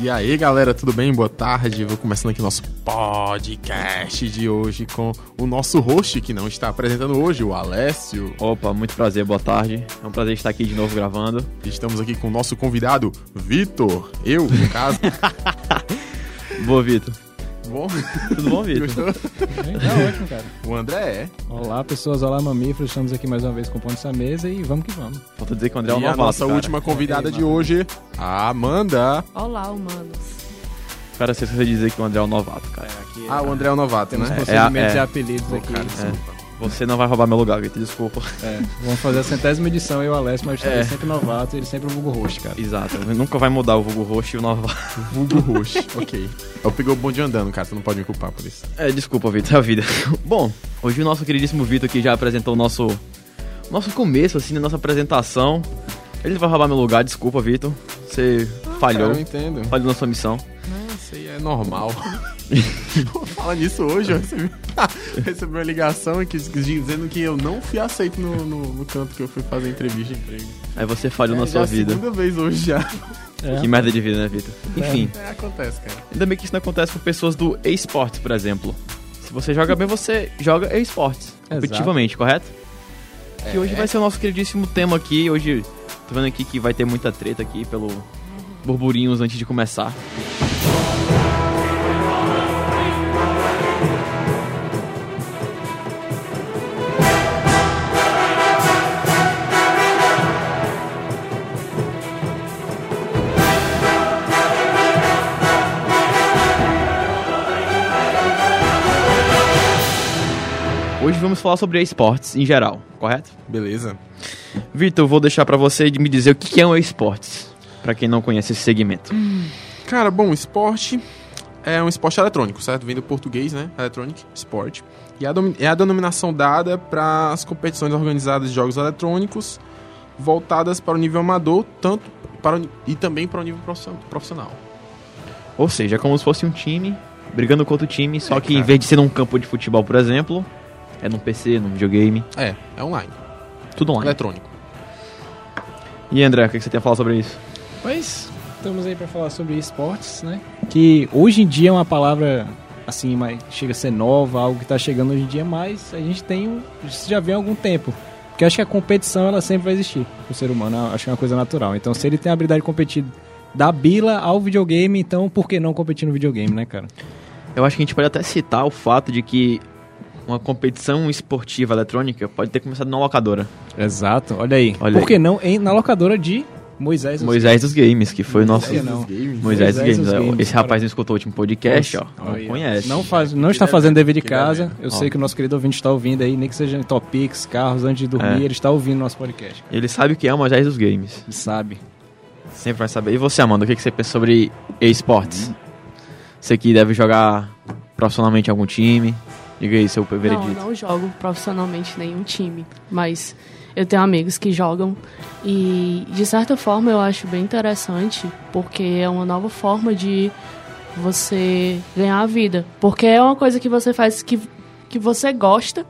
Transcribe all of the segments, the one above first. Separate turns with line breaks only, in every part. E aí galera, tudo bem? Boa tarde. Vou começando aqui o nosso podcast de hoje com o nosso host que não está apresentando hoje, o Alessio.
Opa, muito prazer, boa tarde. É um prazer estar aqui de novo gravando.
Estamos aqui com o nosso convidado, Vitor. Eu, no caso.
Boa, Vitor.
Bom,
Tudo bom, Vitor?
gostou?
Tá ótimo, cara.
O André é.
Olá, pessoas. Olá, mamíferos. Estamos aqui mais uma vez compondo essa mesa e vamos que vamos.
Falta dizer que o André é um
e a
novato,
nossa
cara.
última convidada de hoje, a Amanda.
Olá, humanos.
Cara, você esqueceu de dizer que o André é um novato, cara.
aqui
Ah, o André é o novato, né?
temos
É, é a-
procedimentos
é.
e apelidos aqui.
Você não vai roubar meu lugar, Vitor, desculpa.
É, Vamos fazer a centésima edição, eu e o Alessio, mas
É.
é. sempre novato e ele sempre o vulgo host, cara.
Exato, nunca vai mudar o vulgo roxo e o novato.
Vulgo roxo. ok. Eu peguei o bonde andando, cara. Tu não pode me culpar por isso.
É, desculpa, Vitor, é a vida. Bom, hoje o nosso queridíssimo Vitor que já apresentou o nosso nosso começo assim, na nossa apresentação. Ele vai roubar meu lugar, desculpa, Vitor. Você falhou.
Ah, Cara, eu entendo.
Falhou na sua missão.
Isso aí é normal. Fala nisso hoje, eu recebi, recebi uma ligação aqui dizendo que eu não fui aceito no, no, no canto que eu fui fazer entrevista de emprego.
Aí você falhou na
É, já
sua
a
vida.
segunda vez hoje já.
É.
Que merda de vida, né, Vitor? Enfim.
É, acontece, cara.
Ainda bem que isso não acontece com pessoas do esportes, por exemplo. Se você joga bem, você joga esportes competitivamente, correto? Que hoje vai ser o nosso queridíssimo tema aqui. Hoje, tô vendo aqui que vai ter muita treta aqui pelo burburinhos antes de começar. Hoje vamos falar sobre esportes em geral, correto?
Beleza.
Vitor, eu vou deixar pra você de me dizer o que que é um esportes, pra quem não conhece esse segmento.
Cara, bom, esporte é um esporte eletrônico, certo? Vem do português, né? Electronic Sport. E é a domi- é a denominação dada para as competições organizadas de jogos eletrônicos voltadas para o nível amador tanto para o ni- e também para o nível profission- profissional.
Ou seja, é como se fosse um time brigando contra o time, só que em
cara.
vez de ser num campo de futebol, por exemplo, é num PC, num videogame,
É, é online,
tudo online.
eletrônico.
E André, o que que você tem a falar sobre isso?
Mas estamos aí para falar sobre esportes, né? Que hoje em dia é uma palavra assim, mas chega a ser nova, algo que está chegando hoje em dia, mas a gente tem um, isso já vem há algum tempo. Porque eu acho que a competição ela sempre vai existir. O ser humano eu acho que é uma coisa natural. Então, se ele tem a habilidade de competir da bila ao videogame, então por que não competir no videogame, né, cara?
Eu acho que a gente pode até citar o fato de que uma competição esportiva eletrônica pode ter começado na locadora.
Exato. Olha aí.
Olha
por
aí.
que não em- na locadora de Moisés?
Moisés dos Games, que foi o nosso.
Moisés não.
Moisés, dos
Moisés
Games. né?
dos Games,
Esse
cara.
rapaz não escutou o último podcast, ó. Não
Aí, ó.
conhece.
Não, faz, não
Que
está
da
fazendo
merda,
dever de
que da
casa.
merda.
Eu
Ó.
sei que o nosso querido ouvinte está ouvindo aí, nem que seja em topics, carros, antes de dormir,
É.
ele está ouvindo nosso podcast.
Ele sabe o que é o Moisés dos Games.
Ele sabe.
Sempre vai saber. E você, Amanda, o que que você pensa sobre esportes? Você que deve jogar profissionalmente em algum time. Diga aí seu
Não, eu
veredito.
não jogo profissionalmente nenhum time, mas eu tenho amigos que jogam e de certa forma eu acho bem interessante porque é uma nova forma de você ganhar a vida, porque é uma coisa que você faz que, que você gosta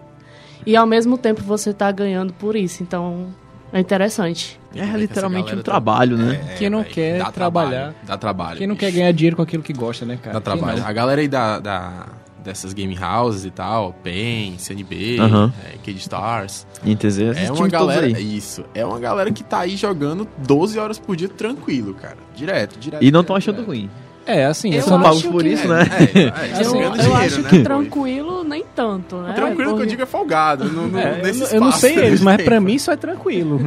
e ao mesmo tempo você tá ganhando por isso, então é interessante.
É literalmente um trabalho, né?
É,
Quem não
véi,
quer trabalhar-
Dá trabalho.
Quem não quer
bicho.
ganhar dinheiro com aquilo que gosta, né, cara?
Dá
Quem
trabalho.
não?
A galera aí da, da- dessas game houses e tal, PEN, CNB,
Aham.
é, Cage Stars.
Em TZ, esses
É uma
times todos
galera.
aí.
Isso. É uma galera que tá aí jogando 12 horas por dia tranquilo, cara. Direto, direto.
E não estão
direto,
achando
direto.
ruim.
É, assim,
Eu
essa é uma-
acho-
Pagos por
que-
isso,
É, É,
né?
é, eles
Eu,
estão ganhando
eu
dinheiro,
acho
né?
que tranquilo nem tanto, né?
Tranquilo que eu
Porque-
digo é folgado. No, no,
É, eu,
nesse
não- eu não
espaço
sei
que
eles, mas
têm.
pra mim isso é tranquilo.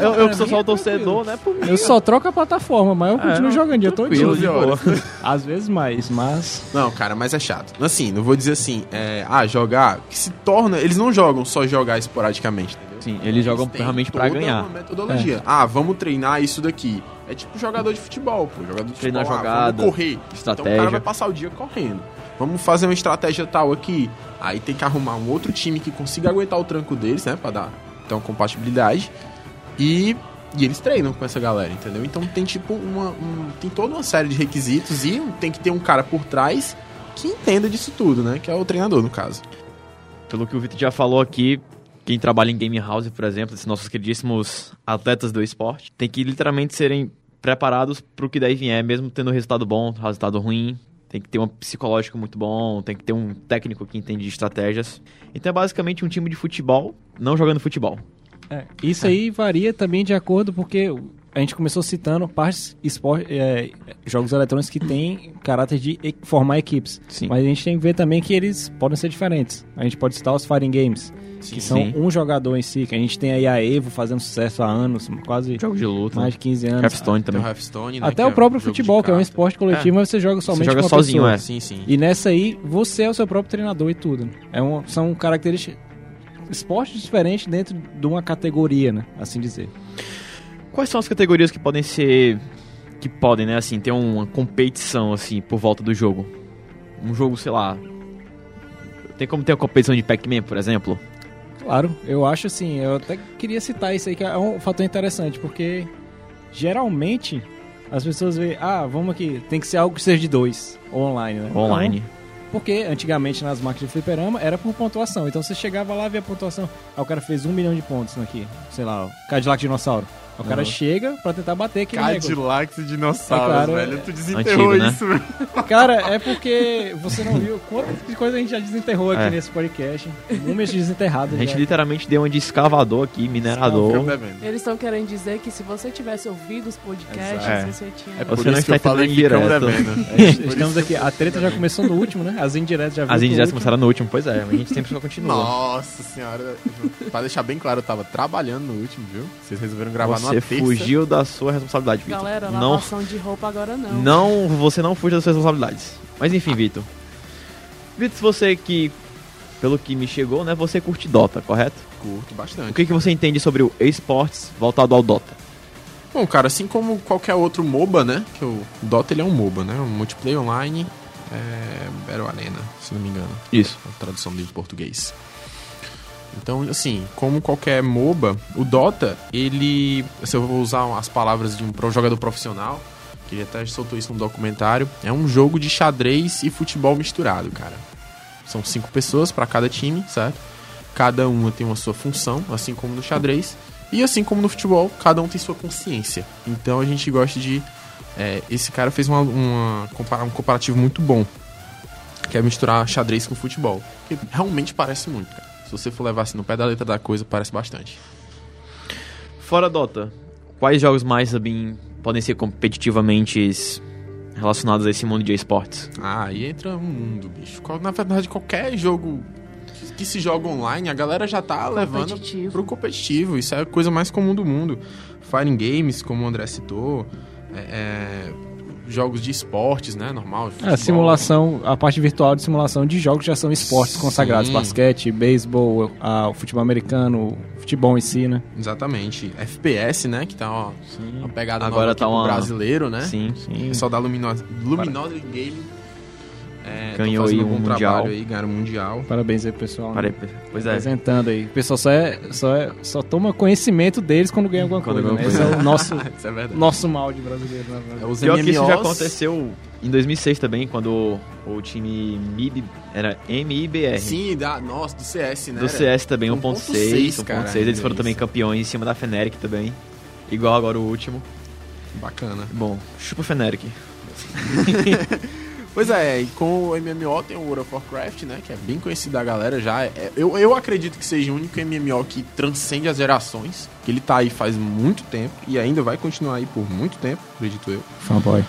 Eu, eu que sou
mim
só
é
o torcedor, né? Por mim.
Eu só troco a plataforma, mas eu continuo
não,
jogando o dia todo.
Tranquilo, de boa.
Às vezes mais, mas.
Não, cara, mas é chato. Assim, não vou dizer assim, é, ah, jogar, que se torna. Eles não jogam só jogar esporadicamente, entendeu?
Sim, eles né? jogam
têm
realmente pra
toda
ganhar. É.
Uma metodologia. Ah, vamos treinar isso daqui. É tipo jogador de futebol, pô. Jogador de
Treinar
futebol,
jogada,
ah, vamos correr. Então o cara
estratégia.
vai passar o dia correndo. Vamos fazer uma estratégia tal aqui. Aí tem que arrumar um outro time que consiga aguentar o tranco deles, né? Pra dar então, compatibilidade. E, e eles treinam com essa galera, entendeu? Então tem tipo uma. um- tem toda uma série de requisitos e tem que ter um cara por trás que entenda disso tudo, né? Que é o treinador, no caso.
Pelo que o Vitor já falou aqui, quem trabalha em game house, por exemplo, esses nossos queridíssimos atletas do esporte, tem que literalmente serem preparados pro que daí vier, mesmo tendo resultado bom, resultado ruim. Tem que ter um psicológico muito bom, tem que ter um técnico que entende de estratégias. Então é basicamente um time de futebol não jogando futebol.
É, isso aí varia também de acordo, porque a gente começou citando partes espor- é, jogos eletrônicos que têm caráter de e- formar equipes.
Sim.
Mas a gente tem que ver também que eles podem ser diferentes. A gente pode citar os Fighting Games, que são
Sim.
um jogador em si, que a gente tem aí a Evo fazendo sucesso há anos, quase
Jogo de Então, luta.
mais de 15 anos.
Hearthstone
Tem
também.
o Hearthstone, né,
Até
que
o próprio
um jogo de
futebol, que é um
carta.
esporte coletivo, mas você joga somente
Você joga
com uma
sozinho,
pessoa.
é.
Sim, sim.
E nessa aí, você é o seu próprio treinador e tudo. né? É um, são características. Esportes diferentes dentro de uma categoria, né? Assim dizer.
Quais são as categorias que podem ser. que podem, né, assim, ter uma competição, assim, por volta do jogo? Um jogo, sei lá. Tem como ter uma competição de Pac-Man, por exemplo?
Claro, eu acho assim. Eu até queria citar isso aí, que é um fator interessante, porque geralmente as pessoas veem, ah, vamos aqui, tem que ser algo que seja de dois, online, né?
Online.
Não, porque antigamente nas máquinas de fliperama era por pontuação. Então você chegava lá, via a pontuação, ah, o cara fez um milhão de pontos aqui, sei lá, o Cadillac Dinossauro. Aí O cara
Uhum.
chega pra tentar bater aquele recorde.
Cadillacs e dinossauros,
É claro,
velho. Tu
antigo,
desenterrou
né?
isso, velho.
Cara, é porque você não viu quantas coisas a gente já desenterrou aqui
É.
nesse podcast. Números desenterrados.
A gente
já.
literalmente deu uma de escavador aqui,
Ficamos
minerador.
bebendo.
Eles estão querendo dizer que se você tivesse ouvido os podcasts,
Exato.
você tinha.
É
por
por
não
isso que
está
eu falei que
entendendo
ficamos
direto.
bebendo.
Estamos aqui, a treta já começou no último, né? As indiretas já
As
no
indiretas
último.
começaram no último, pois é, mas a gente sempre só continua.
Nossa senhora. pra deixar bem claro, eu tava trabalhando no último, viu? Vocês resolveram gravar
você
numa terça.
fugiu da sua responsabilidade, Vitor.
Galera,
não,
lavação de roupa agora não.
não, você não fuja das suas responsabilidades. Mas enfim, Vitor. Vitor, você que, pelo que me chegou, né, você curte Dota, correto?
Curto
O
bastante.
que, que você entende sobre o esportes voltado ao Dota?
Bom, cara, assim como qualquer outro MOBA, né? Que o Dota ele é um MOBA, né? Um multiplayer online. É... Battle Arena, se não me engano.
Isso.
a tradução livre em português. Então, assim, como qualquer MOBA, o Dota, ele. Se eu vou usar as palavras de um pro- jogador profissional, que ele até soltou isso num documentário, é um jogo de xadrez e futebol misturado, cara. São cinco pessoas pra cada time, certo? Cada uma tem uma sua função, assim como no xadrez. E assim como no futebol, cada um tem sua consciência. Então a gente gosta de. é, esse cara fez uma, uma compara- um comparativo muito bom que é misturar xadrez com futebol. Que realmente parece muito, cara. Se você for levar assim no pé da letra da coisa, parece bastante.
Fora Dota, quais jogos mais bem, podem ser competitivamente relacionados a esse mundo de esportes?
Ah, aí entra um mundo, bicho. Qual- Na verdade, qualquer jogo que se joga online, a galera já tá levando
Competitivo.
pro competitivo. Isso é a coisa mais comum do mundo. Fighting Games, como o André citou, é, é, jogos de esportes, né? Normal.
A
É,
futebol.
É, simulação, a parte virtual de simulação de jogos já são esportes
Sim.
consagrados: basquete, beisebol, ah, o futebol americano, o futebol em si, né?
Exatamente. FPS, né? Que tá uma, uma pegada
Agora
nova aqui
tá
pro
uma-
brasileiro, né?
Sim, sim.
pessoal da Luminosa, Luminosa Game. É, tão
Ganhou
fazendo
aí
um bom
um mundial.
trabalho aí, ganharam o Mundial.
Parabéns aí,
um
pessoal.
Parei, pois é.
Apresentando aí. O pessoal só, é, só, é, só toma conhecimento deles quando ganha alguma
Quando
coisa.
ganha
né?
alguma
Esse é o nosso,
Isso é verdade.
nosso mal de brasileiro, né?
É os
Pior que isso já
MMOs.
aconteceu em 2006 também, quando o, o time MIB era MIBR.
Sim, da, nossa, do CS, né?
do CS também,
1.6,
1.6, 1.6.
cara,
Eles
é
foram também
isso.
campeões em cima da Feneric também. Igual agora o último.
Bacana.
Bom, chupa Feneric.
Pois é, e com o MMO tem o World of Warcraft, né? Que é bem conhecido da galera já. É- eu, eu acredito que seja o único MMO que transcende as gerações. Que ele tá aí faz muito tempo e ainda vai continuar aí por muito tempo, acredito eu.
Fanboy.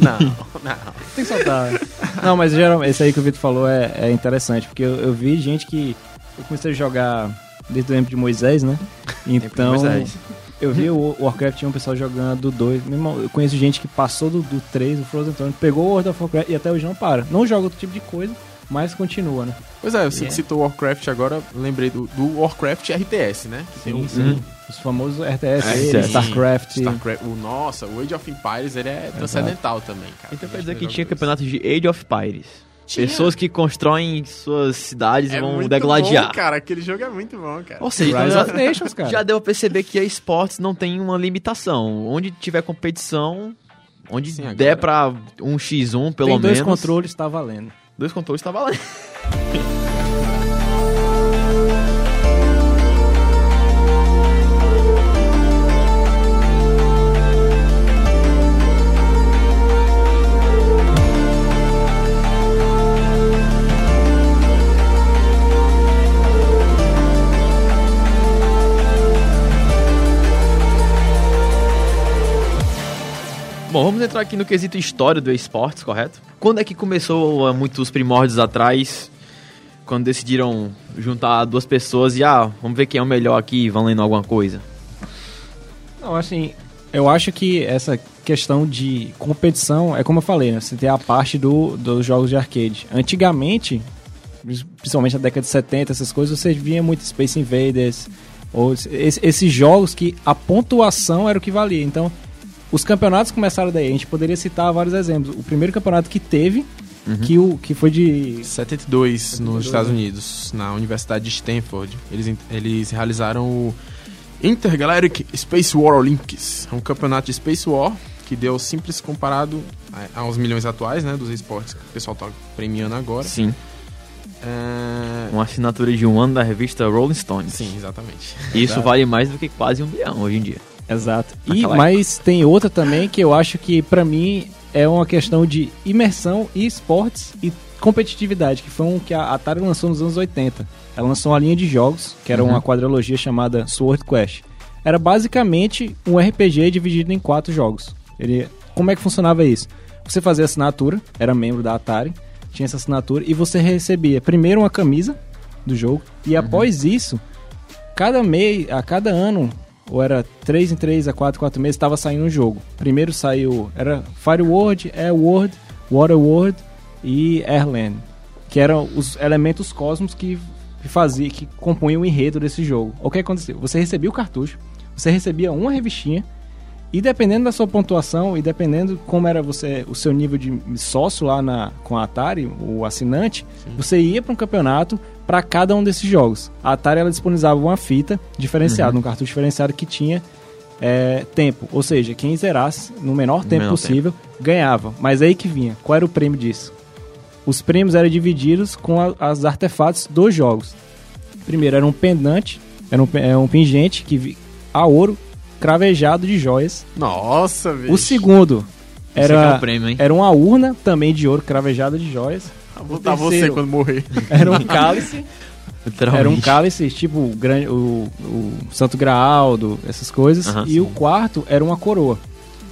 não, não.
Tem que soltar. né? Não, mas geralmente, esse aí que o Vitor falou é, é interessante, porque eu, eu vi gente que. Eu comecei a jogar desde o tempo de Moisés, né? Então.
Moisés.
Eu vi o o Warcraft tinha um pessoal jogando do 2. Meu irmão, eu conheço gente que passou do, do 3, do Frozen Throne, pegou o World of Warcraft e até hoje não para. Não joga outro tipo de coisa, mas continua, né?
Pois é, você que citou Warcraft agora, lembrei do, do Warcraft RTS, né? Que tem o-
sim.
Os famosos RTS,
RTS.
StarCraft.
É Starcraft, o nossa, o Age of Empires ele é transcendental também, cara.
Então quer
Eu
dizer
acho
que
melhor
tinha
que isso.
campeonatos de Age of Pires.
Tinha.
Pessoas que constroem suas cidades e
É
vão
muito
degladiar.
bom, cara, aquele jogo é muito bom, cara.
Ou seja,
Rise
então,
já-
of Nations, cara.
já deu pra perceber que a esportes não tem uma limitação. Onde tiver competição, onde
Sim,
der
agora-
pra um x1 pelo
Tem dois
menos.
controles, tá valendo.
Dois controles tá valendo. Bom, vamos entrar aqui no quesito história do esportes, correto? Quando é que começou há muitos primórdios atrás? Quando decidiram juntar duas pessoas e, ah, vamos ver quem é o melhor aqui e valendo alguma coisa.
Não, assim, eu acho que essa questão de competição é como eu falei, né? Você tem a parte do, dos jogos de arcade. Antigamente, principalmente na década de 70, essas coisas, você via muito Space Invaders, ou es- esses jogos que a pontuação era o que valia. Então, os campeonatos começaram daí. A gente poderia citar vários exemplos. O primeiro campeonato que teve, que, o, que foi
é
de
72, nos
72,
Estados
né?
Unidos, na Universidade de Stanford. Eles, in- eles realizaram o Intergalactic Space War Olympics, um campeonato de Space War que deu simples comparado a- aos milhões atuais, né, dos esportes que o pessoal tá premiando agora.
Sim,
É,
uma assinatura de um ano da revista Rolling Stones.
Sim, exatamente.
Isso vale mais do que quase um bilhão hoje em dia.
Exato. E,
Naquela
mas tem outra também que eu acho que pra mim é uma questão de imersão e esportes e competitividade, que foi um que a Atari lançou nos anos 80. Ela lançou uma linha de jogos, que era uma quadrilogia chamada Sword Quest. Era basicamente um RPG dividido em quatro jogos. Ele, como é que funcionava isso? Você fazia assinatura, era membro da Atari, tinha essa assinatura e você recebia primeiro uma camisa do jogo e após isso cada mês, a cada ano, ou era 3 em 3, a 4 4 meses, estava saindo um jogo. Primeiro saiu, era Fire World, Air World, Water World e Airland, que eram os elementos cosmos que fazia, que compunham o enredo desse jogo. O que aconteceu? Você recebia o cartucho, você recebia uma revistinha, e dependendo da sua pontuação e dependendo como era você o seu nível de sócio lá na, com a Atari, o assinante, você ia para um campeonato para cada um desses jogos. A Atari ela disponibilizava uma fita diferenciada, um cartucho diferenciado que tinha é, tempo, ou seja, quem zerasse no menor tempo
menor
possível ganhava. Mas aí que vinha, qual era o prêmio disso? Os prêmios eram divididos com a, as artefatos dos jogos. Primeiro era um pendante, era um, pe- é um pingente que vi- a ouro cravejado de joias.
Nossa, velho.
O segundo
Esse aqui é o
era,
prêmio, hein?
era uma urna também de ouro cravejada de joias.
Vou botar Tá você
terceiro.
quando morrer.
Era um cálice.
Literalmente.
era um cálice tipo o, gran- o- o Santo Graal, do- essas coisas.
Aham,
e o quarto era uma coroa.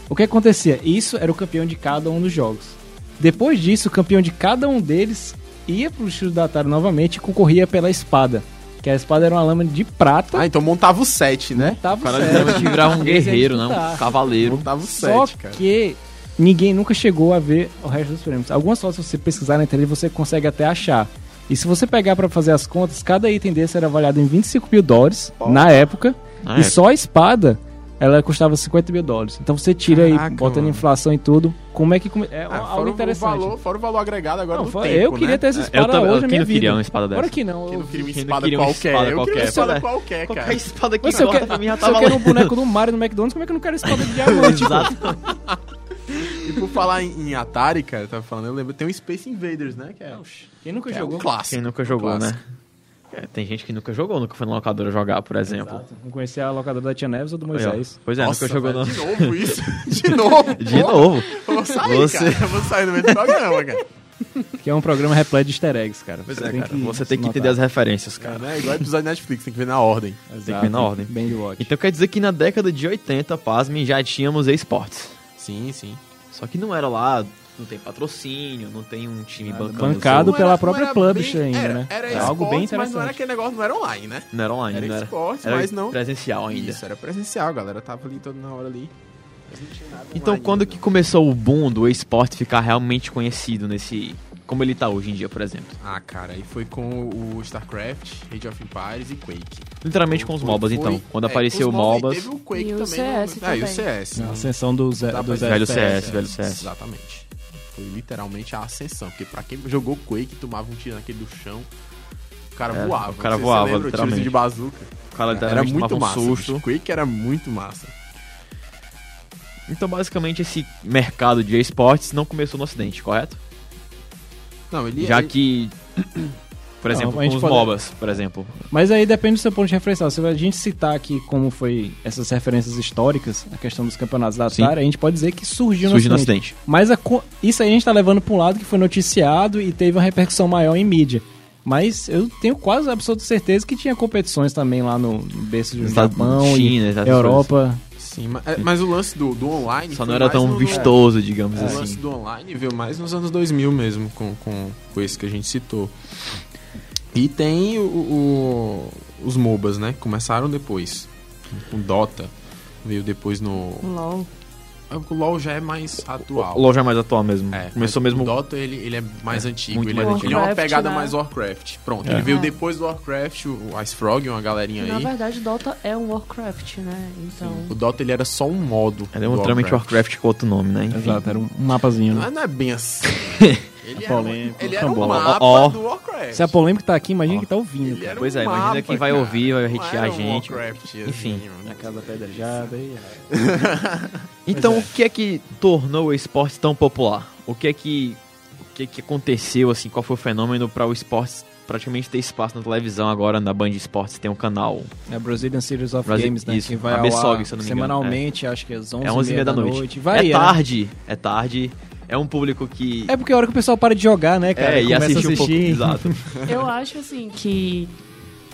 O que acontecia? Isso era o campeão de cada um dos jogos. Depois disso, o campeão de cada um deles ia pro estúdio da Atari novamente e concorria pela espada. Que a espada era uma lâmina de prata.
Ah, então montava o 7, né?
Tava
Para
certo.
literalmente virar
é
um guerreiro, né? Um
Tá.
cavaleiro.
Montava o
Só
7, cara.
que ninguém nunca chegou a ver o resto dos prêmios. Algumas fotos, se você pesquisar na internet, você consegue até achar. E se você pegar pra fazer as contas, cada item desse era avaliado em 25 mil dólares na época.
Na
e
época.
só a espada, ela custava 50 mil dólares. Então você tira
Caraca,
aí, botando
mano.
inflação e tudo. Como é que. come- É
Ah,
algo
fora, o
interessante.
valor, fora o valor agregado agora
Não,
do
fora-
tempo,
eu queria
né?
ter essa
É, Eu
espada
também- eu
hoje na
quem
minha
não queria
vida.
uma espada dessa?
Agora que não.
Quem não queria uma
Quem não
espada
queria uma
qualquer?
espada
eu queria uma
qualquer?
espada
Olha,
qualquer, cara.
Qualquer espada que
Eu, se eu,
corta
quero,
pra mim já
se
tá
eu quero um
valendo.
boneco do Mario no McDonald's, como é que eu não quero a espada de
Tipo,
diamante?
Exato.
E por falar em, em Atari, cara, eu tava falando, eu lembro, tem o Space Invaders, né? Que é,
Quem nunca
que é
jogou?
um clássico.
Quem nunca jogou, né?
clássico.
É, tem gente que nunca jogou, nunca foi na locadora jogar, por exemplo.
Exato. Não conhecia a locadora da Tia Neves ou do
Aí, ó.
Moisés?
Pois é,
Nossa,
nunca jogou
velho,
não.
de novo isso? De novo?
De
Pô,
novo.
Eu vou sair,
Você-
cara. Eu vou sair no meio do programa, cara.
Que é um programa repleto de easter eggs, cara.
Pois é, cara. Você tem que entender as referências, cara.
É, né? Igual episódio da Netflix, tem que ver na ordem.
as
tem que ver na ordem.
Bandwatch.
Então quer dizer que na década de 80, pasmem, já tínhamos esportes.
Sim, sim.
Só que não era lá, não tem patrocínio, não tem um time bancando.
Bancado
os outros.
pela própria publisher ainda,
Então era,
né?
Era
É
esportes,
algo bem
mas não era
interessante.
aquele negócio, não era online, né?
Não era online,
Era
não era.
esportes,
Era
mas não...
presencial ainda.
Isso, era presencial, a galera tava ali toda na hora ali. Mas não tinha nada
Então
online,
quando
né?
que começou o boom do esporte ficar realmente conhecido nesse... Como ele tá hoje em dia, por exemplo.
Ah, cara, aí foi com o StarCraft, Age of Empires e Quake.
Literalmente com os
Foi-
MOBAs,
foi-
então. Quando
é,
apareceu o
os MOBA,
MOBAs...
Teve o Quake
E o
também.
CS
no- Ah, e o
também.
CS.
A ascensão do Zé.
Dá
do
pra- É,
Zé
Velho
Ferro.
CS, velho CS.
Exatamente. Foi literalmente a ascensão. Porque pra quem jogou Quake, tomava um tiro naquele do chão, o cara
É,
voava.
o
Não
cara
sei se
voava,
você lembra, o tirozinho
literalmente.
de bazuca.
O cara
Era
literalmente
muito
tomava
massa.
um
bicho.
susto.
Quake era muito massa.
Então basicamente esse mercado de esportes não começou no ocidente, correto?
Não, ele é,
Já
ele-
que, por
Não,
exemplo,
Ah, a gente
com os
pode-
MOBAs, por exemplo.
Mas aí depende do seu ponto de referência. Se a gente citar aqui como foi essas referências históricas, a questão dos campeonatos da
Sim.
Atari, a gente pode dizer que surgiu,
Surgiu no
no acidente.
acidente.
Mas a co- isso aí a gente tá levando pra um lado que foi noticiado e teve uma repercussão maior em mídia. Mas eu tenho quase absoluta certeza que tinha competições também lá no berço do
Estados-
Japão, e
China, essas
Europa,
Sim, ma- é, mas o lance do, do online.
Só
foi
não era
mais no-
tão
no- É.
vistoso, digamos
O lance
assim.
do online veio mais nos anos 2000 mesmo, com, com, com esse que a gente citou. E tem o, o- os MOBAs, né? Começaram depois. O Dota veio depois no.
LOL.
O LoL já é mais atual.
O LoL já é mais atual mesmo.
É,
Começou
mas
mesmo.
O Dota ele, ele é mais antigo.
muito
Ele,
mais
é-
antigo.
ele é uma
Warcraft,
pegada
né?
mais Warcraft. Pronto,
É.
ele veio
É.
depois do Warcraft, o Ice Frog, uma galerinha
Na
aí.
verdade, Dota é um Warcraft, né? Então.
O Dota ele era só um modo.
Era
do
um trama de Warcraft com outro nome, né? Enfim.
Exato, era um mapazinho, né?
Não é, não é bem assim. ele era,
polêmica,
ele era um
Cambola.
mapa
tá Ó, ó.
do Warcraft.
Se a polêmica tá aqui, imagina que tá ouvindo.
Ele era
Pois
um
é, imagina
mapa,
quem vai
cara.
ouvir, vai
Não
hatear
era
a gente.
Um Warcraft,
Enfim. é
assim,
casa pedrejada e...
Então, o que é que tornou o esporte tão popular? O que é que o que é que aconteceu assim? Qual foi o fenômeno para o esporte praticamente ter espaço na televisão agora na Band Esportes tem um canal.
É Brazilian Series of
Brasi-
Games, né?
isso,
que vai
a
ao
BSOG,
ar
se eu não me engano,
semanalmente, acho que às 11
é 11 h
da,
da noite.
Varia,
é
né?
tarde, é tarde. É um público que
É porque é a hora que o pessoal para de jogar, né, cara?
é, e
Começa a
assiste um pouco,
assistir.
exato.
Eu acho assim que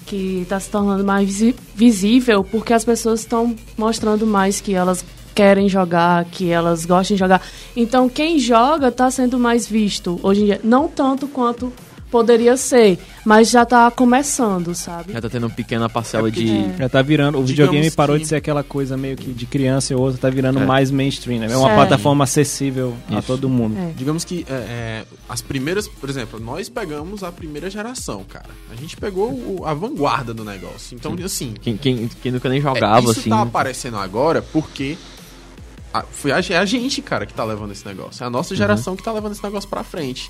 que tá se tornando mais visi- visível porque as pessoas estão mostrando mais que elas querem jogar, que elas gostam de jogar. Então quem joga tá sendo mais visto hoje em dia, não tanto quanto poderia ser, mas já tá começando, sabe?
Já tá tendo uma pequena parcela de
Já tá virando, o
Digamos
videogame parou
que-
de ser aquela coisa meio que de criança e outra, tá virando
É.
mais mainstream, né? É uma
Certo.
plataforma acessível a
Isso.
todo mundo.
É.
Digamos que é, é, as primeiras, por exemplo, nós pegamos a primeira geração, cara. A gente pegou o- a vanguarda do negócio. Então, assim,
quem, quem, quem nunca nem
é,
jogava
isso
assim.
tá aparecendo agora porque a- foi a, é a gente, cara, que tá levando esse negócio. É a
Uhum.
nossa geração que tá levando esse negócio pra frente.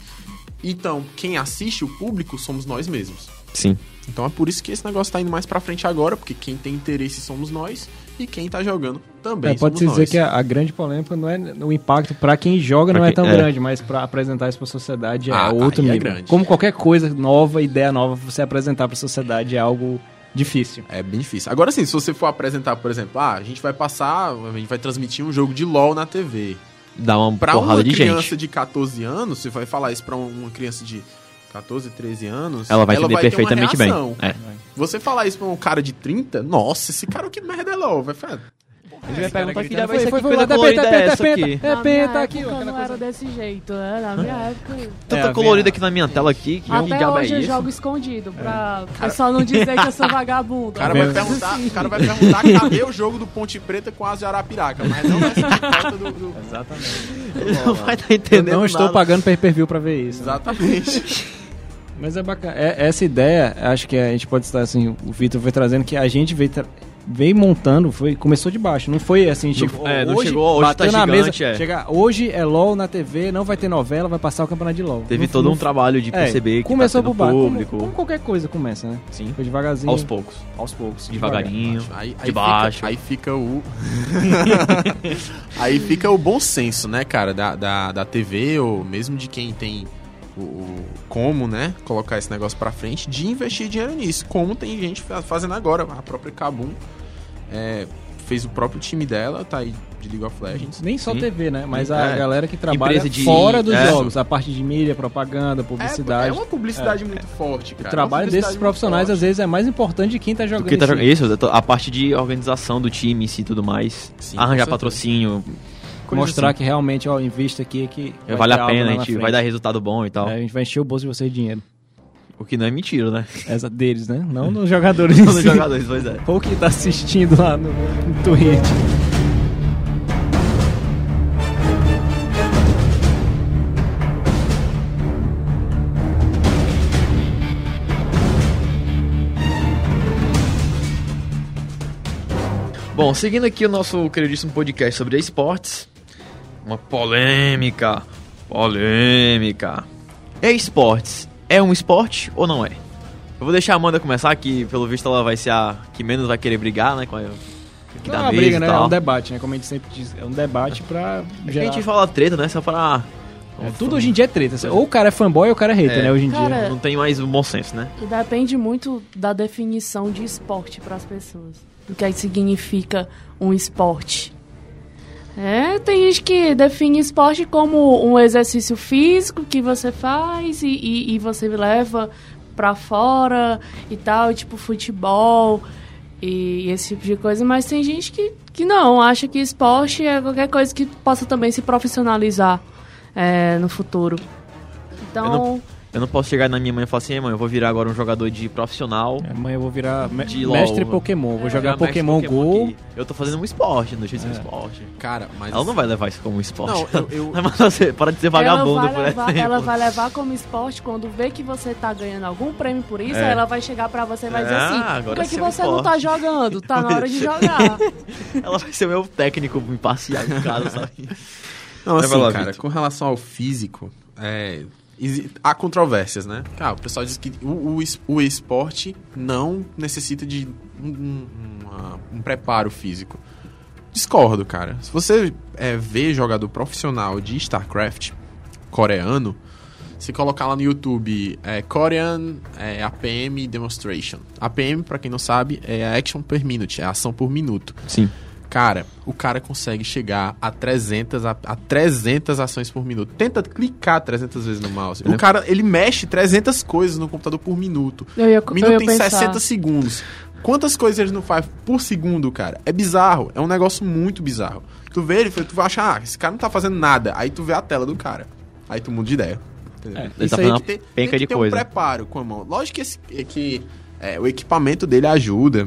Então, quem assiste o público somos nós mesmos.
Sim.
Então é por isso que esse negócio tá indo mais pra frente agora, porque quem tem interesse somos nós e quem tá jogando também
É, pode-se
somos
dizer
nós.
que a, a grande polêmica não é o impacto pra quem joga
Pra
não é
quem-
tão
é.
grande, mas pra apresentar isso pra sociedade é
Ah,
outro
aí é
nível.
grande.
Como qualquer coisa nova, ideia nova, você apresentar pra sociedade é algo difícil.
É bem difícil. Agora sim, se você for apresentar, por exemplo, ah, a gente vai passar, a gente vai transmitir um jogo de LoL na TV.
Dá uma
Pra
porrada
uma
de
criança
gente.
de 14 anos, você vai falar isso pra uma criança de 14, 13 anos,
Ela vai entender
ter uma
perfeitamente bem.
reação.
É.
Você falar isso pra um cara de 30, nossa, esse cara que merda é LoL, vai falar,
Ele vai perguntar que
Foi, foi, foi,
pela
tá
colorida
penta,
é
penta,
essa
penta,
aqui.
É
Na
penta
minha
aqui, ó,
época
aquela
não
coisa.
era desse jeito, né? Na minha época.
É, a
Tanta
minha-
colorida aqui na minha tela aqui, que
Até
diabo é
hoje eu
isso?
jogo escondido, pra o pessoal não dizer que eu sou vagabundo.
O cara, um vai
Mesmo.
perguntar, o cara vai perguntar cadê o jogo do Ponte Preta com as de Arapiraca, mas não vai sentir falta do, do...
Ele não vai tá
Eu
entendendo.
não estou
nada.
pagando pay-per-view pra ver isso. né?
Exatamente.
Mas é bacana. É- essa ideia, acho que a gente pode estar assim, o Vitor foi trazendo que a gente veio, tra- veio montando, foi, começou de baixo. Não foi assim, chegou.
é, não chegou, hoje tá
bateu na
gigante,
mesa.
é.
Chegar, hoje é LOL na TV, não vai ter novela, vai passar o campeonato de LOL.
Teve
Não-
todo
não-
um trabalho de
é,
perceber que
começou
tá
por
sendo
baixo.
público.
Como, como qualquer coisa começa, né?
Sim.
Foi devagarzinho.
Aos poucos.
Aos poucos.
Devagarinho.
Aí, aí
de baixo.
Fica, aí fica o. aí fica o bom senso, né, cara, da, da, da TV, ou mesmo de quem tem o, o- como, né, colocar esse negócio pra frente, de investir dinheiro nisso. Como tem gente fa- fazendo agora. A própria Kabum é, fez o próprio time dela, tá aí de League of Legends.
Nem só
Sim.
TV, né? Mas a
É.
galera que trabalha
Empresa de-
fora dos
é.
jogos, a parte de mídia, propaganda,
É,
publicidade.
é uma publicidade muito forte,
é
cara. é
O trabalho desses profissionais, às vezes, é mais importante de quem tá
Do
jogando.
que tá
em si.
jogando. Isso, a parte de organização do time em si e tudo mais.
Sim, com
Arranjar
certeza.
patrocínio. coisas
mostrar
assim. É,
que realmente, ó, invista aqui que vai
vale
ter
a
algo
pena,
lá
a
na
gente
frente.
vai dar resultado bom e tal.
É, a gente vai encher o bolso de vocês de dinheiro.
O que não é mentira, né?
Essa deles, né? Não nos jogadores.
Não dos jogadores, pois é.
Ou que tá assistindo lá no, no Twitch.
Bom, seguindo aqui o nosso queridíssimo podcast sobre esportes, uma polêmica, polêmica. Esportes é um esporte ou não é? Eu vou deixar a Amanda começar, que pelo visto ela vai ser a que menos vai querer brigar, né? Com a, que
Não é
dá
uma
mesa
briga,
e
né? É
tal.
um debate, né? Como a gente sempre diz, é um debate pra
É que a
gerar...
gente fala treta, né? Só para
É, tudo hoje em dia é treta. assim. Ou o cara é fanboy ou o cara é hater,
É.
né? Hoje em dia.
Cara,
não tem mais o bom senso, né?
E Depende muito da definição de esporte para as pessoas. Do que aí significa um esporte. É, tem gente que define esporte como um exercício físico que você faz e, e- e você leva pra fora e tal, tipo futebol. e esse tipo de coisa, mas tem gente que, que não, acha que esporte é qualquer coisa que possa também se profissionalizar é, no futuro. Então,
Eu não- Eu não posso chegar na minha mãe e falar assim, "Ei, mãe, eu vou virar agora um jogador de profissional.
Amanhã eu vou virar me-
De LOL,
mestre
né?
Pokémon, vou
Vou
É. jogar
virar é. mestre
Pokémon, Go. É.
aqui. Eu tô fazendo um esporte, não deixa de ser um esporte.
Cara, mas.
Ela não vai levar isso como um esporte.
Não, eu- eu-
Vai mandar você- para de ser vagabundo,
ela vai,
por
levar,
exemplo.
ela vai levar como esporte quando vê que você tá ganhando algum prêmio por isso,
É.
aí ela vai chegar pra você e vai dizer
Ah,
assim:
agora
por que, que
você é um
você não tá
esporte."
jogando? Tá na hora de jogar.
Ela vai ser meu técnico imparcial em casa, sabe?
Não,
Vai
assim,
lá,
cara,
Vitor.
com relação ao físico, é, exi- há controvérsias, né? Cara, o pessoal diz que o, o, es- o esporte não necessita de um, um- uma- um preparo físico. Discordo, cara. Se você é, vê jogador profissional de StarCraft coreano, se colocar lá no YouTube é, Korean é, APM Demonstration. APM, pra quem não sabe, é a Action Per Minute, é a ação por minuto.
Sim.
Cara, o cara consegue chegar a 300, a, a 300 ações por minuto. Tenta clicar 300 vezes no mouse. O
Né?
cara, ele mexe 300 coisas no computador por minuto.
Eu ia,
O
eu ia
minuto tem
pensar.
60 segundos. Quantas coisas ele não faz por segundo, cara? É bizarro. É um negócio muito bizarro. Tu vê ele, tu vai achar, ah, esse cara não tá fazendo nada. Aí tu vê a tela do cara. Aí tu muda de ideia. Entendeu?
É,
Ele
isso
tá
aí
Tem
falando
que ter-
uma
tem
penca
que
de
ter
coisa.
um preparo com a mão. Lógico que, esse- é que, é, o equipamento dele ajuda,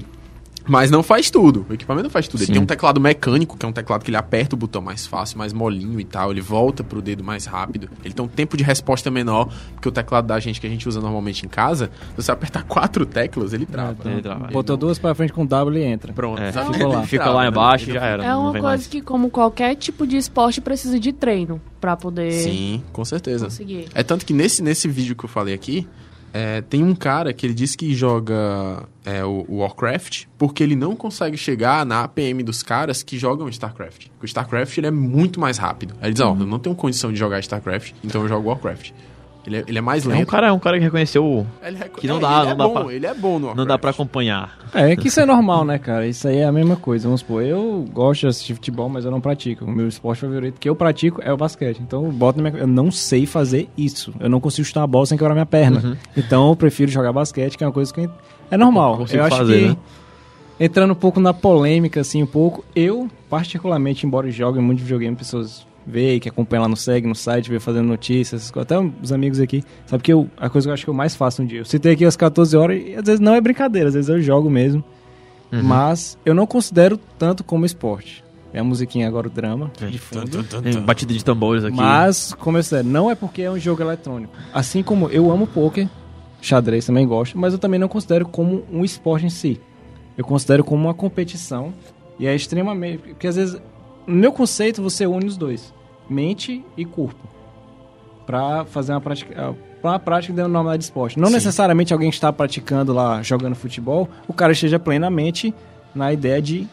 mas não faz tudo. O equipamento não faz tudo.
Sim.
Ele tem um teclado mecânico, que é um teclado que ele aperta o botão mais fácil, mais molinho e tal. Ele volta pro dedo mais rápido. Ele tem um tempo de resposta menor, porque o teclado da gente que a gente usa normalmente em casa, se você apertar quatro teclas, ele trava. né?
Ele trava.
Botou duas pra frente com W e entra.
Pronto,
então, É,
exatamente,
ficou lá.
ele
Fica
trava,
lá
né?
embaixo e já era.
É
não
uma
vem
coisa
mais.
que, como qualquer tipo de esporte, precisa de treino pra poder
Sim, com certeza.
conseguir.
É tanto que nesse, nesse vídeo que eu falei aqui, é, tem um cara que ele disse que joga é, o, o Warcraft porque ele não consegue chegar na APM dos caras que jogam StarCraft. Porque o StarCraft ele é muito mais rápido. Aí ele diz,
Uhum.
ó, eu não tenho condição de jogar StarCraft, então eu jogo Warcraft. Ele é, ele é mais
É um
lento.
cara, é um cara que reconheceu o...
Ele é-
que não
é,
dá-
ele é
não dá
bom,
pra-
ele é bom no Warcraft.
Não dá pra acompanhar.
É, é que isso é normal, né, cara? Isso aí é a mesma coisa. Vamos supor, eu gosto de assistir futebol, mas eu não pratico. O meu esporte favorito que eu pratico é o basquete. Então, eu boto na minha... eu não sei fazer isso. Eu não consigo chutar a bola sem quebrar minha perna.
Uhum.
Então, eu prefiro jogar basquete, que é uma coisa que é normal.
Eu
Eu,
consigo
acho
fazer,
que
né?
entrando um pouco na polêmica assim um pouco, eu particularmente, embora eu jogue muito videogame, pessoas veem, que acompanham lá no segue, no site, vê fazendo notícias, essas coisas. até os amigos aqui, sabe que eu, a coisa que eu acho que eu mais faço um dia. Eu citei aqui às 14 horas e às vezes não é brincadeira, às vezes eu jogo mesmo. Mas eu não considero tanto como esporte. É a musiquinha agora, o drama, de fundo.
Tem batida de tambores aqui.
Mas, como eu disse, não é porque é um jogo eletrônico. Assim como eu amo poker, xadrez também gosto, mas eu também não considero como um esporte em si. Eu considero como uma competição e é extremamente... Porque às vezes, no meu conceito, você une os dois. Mente e corpo. Pra fazer uma prática... Pra uma prática denominada de esporte. Não
Sim.
necessariamente alguém que está praticando lá, jogando futebol, o cara esteja plenamente na ideia de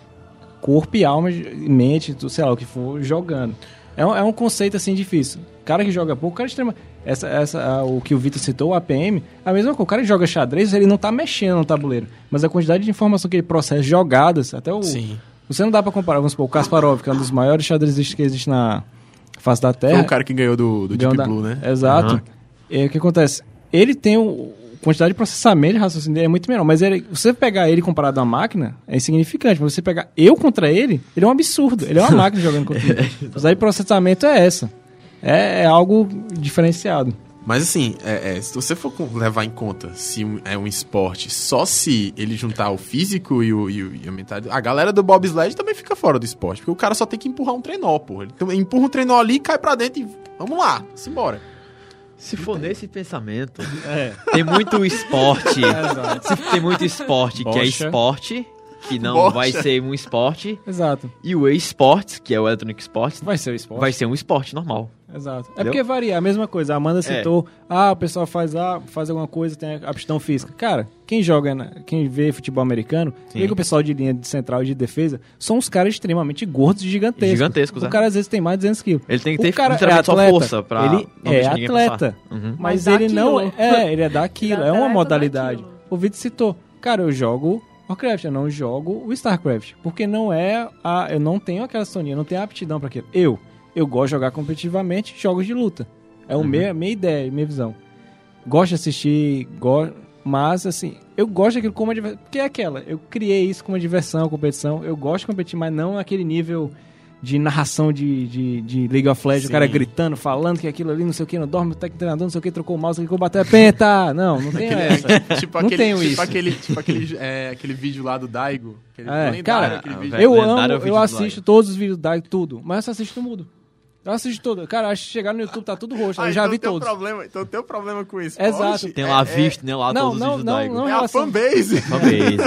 corpo e alma, e mente, tu- sei lá, o que for, jogando. É um, é um conceito, assim, difícil. O cara que joga pouco, o cara extrema... Essa, essa, a- o que o Vitor citou, o APM, é a mesma coisa. O cara que joga xadrez, ele não tá mexendo no tabuleiro. Mas a quantidade de informação que ele processa, jogadas, até o...
Sim.
Você não dá pra comparar, vamos supor, o Kasparov, que é um dos maiores xadrezistas que existe na face da Terra.
Foi o um cara que ganhou do, do Deep
Ganhou da-
Blue, né?
Exato.
Aham.
E o que acontece? Ele tem o a quantidade de processamento de raciocínio dele é muito menor, mas ele, você pegar ele comparado à máquina é insignificante, mas você pegar eu contra ele, ele é um absurdo. Ele é uma máquina jogando contra ele.
É.
A quantidade de processamento é essa. É, é algo diferenciado.
Mas assim, é- é, se você for com- levar em conta se um- é um esporte, só se ele juntar o físico e o, e o- e a mentalidade. A galera do bobsled também fica fora do esporte, porque o cara só tem que empurrar um trenó, porra. Ele tem- empurra um trenó ali, cai pra dentro e vamos lá, simbora.
Se for nesse pensamento,
É,
tem muito esporte.
exato.
Se tem muito esporte que é
Bocha.
esporte, que não
Bocha.
vai ser um esporte,
Exato.
e o esportes, que é o Electronic Sports,
Vai ser o esporte.
vai ser um esporte normal.
Exato. É
Entendeu? É.
porque varia, a mesma coisa. A Amanda citou, ah, o pessoal faz, ah, faz alguma coisa, tem aptidão física. Cara, quem joga, na- quem vê futebol americano,
Sim.
e que o pessoal de linha de central e de defesa, são uns caras extremamente gordos e gigantescos.
Gigantescos,
O
é.
cara às vezes tem mais de 200 quilos.
Ele tem que
O
ter
cara é
literalmente só
atleta.
força pra
Ele
não
é
deixar ninguém
atleta.
passar. Uhum.
Mas,
Mas
ele não
daquilo.
é, ele é daquilo,
Ele é
é uma
atleta
modalidade.
daquilo.
O Vitor citou, cara, eu jogo Warcraft, eu não jogo o StarCraft, porque não é a, eu não tenho aquela sonia, eu não tenho a aptidão pra aquilo. Eu, eu gosto de jogar competitivamente jogos de luta.
Uhum.
É o meu- a minha ideia, a minha visão. Gosto de assistir, gosto, mas assim, eu gosto daquilo como uma diversão. Porque é aquela, eu criei isso como uma diversão, competição. Eu gosto de competir, mas não aquele nível de narração de, de, de League of Legends, o cara gritando, falando que aquilo ali, não sei o que, não dorme, tá treinador, não sei o que, trocou o mouse, trocou bater, penta! Não, não tem essa.
tipo
É. Não
aquele,
tenho
tipo
isso.
aquele, tipo aquele, é, aquele vídeo lá do Daigo. Aquele
É,
lendário,
cara,
né, aquele
ah,
vídeo.
velho.
Eu
lendário é o
amo,
vídeo
eu
do
assisto
Lion.
todos os vídeos da tudo, mas eu só assisto mudo. Eu assisto todo. Cara, acho que chegar no YouTube tá tudo roxo,
Ah,
eu já
então
vi
teu
todos.
Problema, então teu problema com É, isso.
Exato.
Tem lá visto, né? Lá
Não,
todos os
não,
vídeos
não,
da Igor.
não.
É, é a
relação-
fanbase.
Talvez.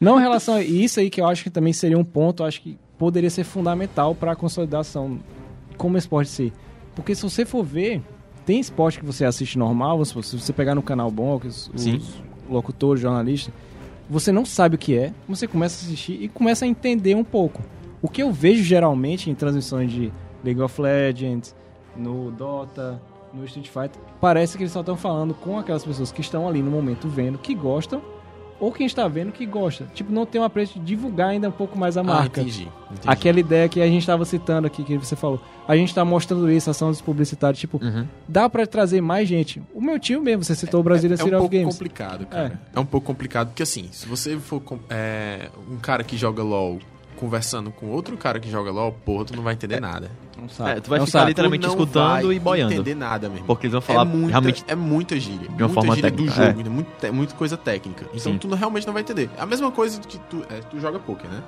Não em relação a isso aí, que eu acho que também seria um ponto, eu acho que poderia ser fundamental para a consolidação como esporte em si. Porque se você for ver, tem esporte que você assiste normal, vamos supor, se você pegar no canal bom, que os, os
Sim.
locutores, jornalistas, você não sabe o que é, você começa a assistir e começa a entender um pouco. O que eu vejo geralmente em transmissões de League of Legends, no Dota, no Street Fighter, parece que eles só estão falando com aquelas pessoas que estão ali no momento vendo, que gostam, ou quem está vendo que gosta. Tipo, não tem um apreço de divulgar ainda um pouco mais a
Ah,
marca.
Ah, Entendi.
Aquela ideia que a gente estava citando aqui, que você falou. A gente está mostrando isso, ação dos publicitários. Tipo,
Uhum.
dá para trazer mais gente. O meu tio mesmo, você citou o Brasília
É um
City of
pouco
Games.
complicado, cara. É. um pouco complicado, porque assim, se você for com- é, um cara que joga LOL conversando com outro cara que joga LOL, porra, tu não vai entender nada.
Não sabe.
É, tu vai
Não
ficar
sabe.
literalmente
Tu não
escutando
vai
e boiando.
entender nada mesmo.
Porque eles vão falar
é muita,
realmente.
é muita gíria. De
uma forma
gíria do
técnica,
jogo, é. muita, é muita coisa técnica. Então
Sim.
tu não- realmente não vai entender. É a mesma coisa que tu, é, tu joga poker, né?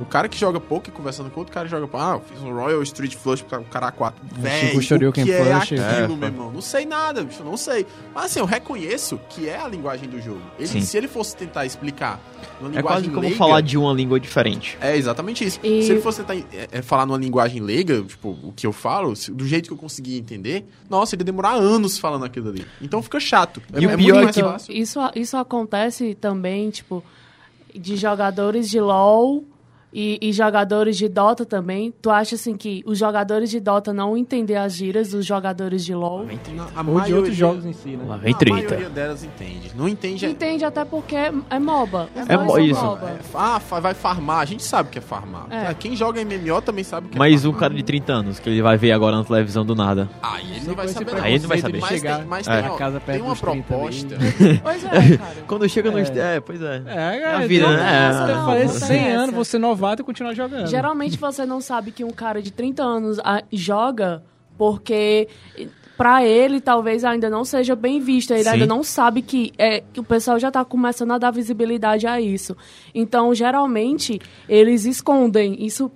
O cara que joga poker conversando com outro cara que joga poker. Ah, eu fiz um Royal Street Flush pra um cara A4. Véi,
Chico
o
Shoryuken
que é
Flush.
aquilo,
É,
meu irmão? Não sei nada, bicho, não sei. Mas assim, eu reconheço que é a linguagem do jogo. Ele-
Sim.
se ele fosse tentar explicar numa
É
linguagem
quase como
leiga,
falar de uma língua diferente.
é exatamente isso.
E-
Se ele fosse tentar é, é, falar numa linguagem leiga, tipo, o que eu falo, se- do jeito que eu conseguia entender, nossa, ele ia demorar anos falando aquilo ali. Então fica chato.
E o
muito
pior é
mais
que-
fácil.
Isso, isso acontece também, tipo, de jogadores de LoL e, e jogadores de Dota também. Tu acha, assim, que os jogadores de Dota não entender as gírias dos jogadores de LoL?
Na- a
Ou de
maioria-
outros jogos em si,
Lá
né?
vem
a
treta.
maioria delas entende. Não entende. é-
Entende até porque é MOBA. Os
É
dois
mo-
são
isso.
MOBA.
é, ah, fa- vai farmar. A gente sabe o que é farmar.
É.
Ah, Quem joga MMO também sabe o que é
Mas um
farmar.
cara de 30 anos que ele vai ver agora na televisão do nada.
Aí ele
Só
não vai
com esse
saber.
preconceito
Aí ele não vai
de
saber.
Mas, tem,
chegar
mas
É.
tem,
na
ó,
casa perto
tem uma
dos 30 ali.
proposta.
Pois é, cara.
Quando chega nos.
É.
É, pois é.
É,
a
cara,
vida,
não,
né?
não,
É.
Eu falei
Não, não
100
tem
anos,
essa.
você novato e continuar jogando.
Geralmente você não sabe que um cara de 30 anos ah, joga porque pra ele talvez ainda não seja bem visto, ele
Sim.
ainda não sabe que, é, que o pessoal já tá começando a dar visibilidade a isso. Então, geralmente, eles escondem isso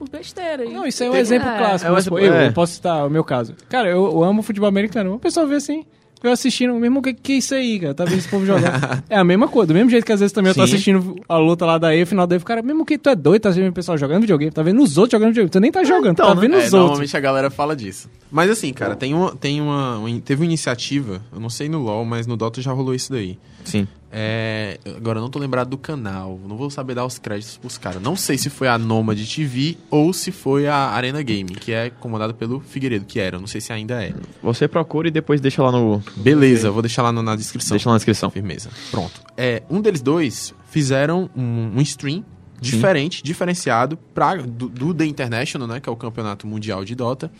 por besteira.
Não, isso é um
Tem-
exemplo clássico.
É um
mas, pô,
exemplo-
eu,
é.
eu posso citar o meu caso. Cara, eu, eu amo futebol americano. O pessoal vê assim, eu assistindo, mesmo que que é isso aí, cara. Tá vendo esse povo jogar. é a mesma coisa, do mesmo jeito que às vezes também eu tô
Sim.
assistindo a luta lá da E, o final da E, cara, mesmo que tu é doido, tá vendo o pessoal jogando videogame, tá vendo os outros jogando videogame, tu nem tá jogando,
então,
tá
né?
vendo
É,
os outros.
Normalmente a galera fala disso. Mas assim, cara, tem uma, tem uma, uma in- teve uma iniciativa, eu não sei no LoL, mas no Dota já rolou isso daí.
Sim.
É, agora eu não tô lembrado do canal, não vou saber dar os créditos pros caras. Não sei se foi a Nomad TV ou se foi a Arena Game, que é comandada pelo Figueiredo, que era, eu não sei se ainda é.
Você procura e depois deixa lá no.
Beleza, eu vou deixar lá na, na descrição.
Deixa lá na descrição.
Firmeza. Pronto. É, um deles dois fizeram um, um stream diferente, diferenciado pra, do, do The International, né? Que é o campeonato mundial de Dota.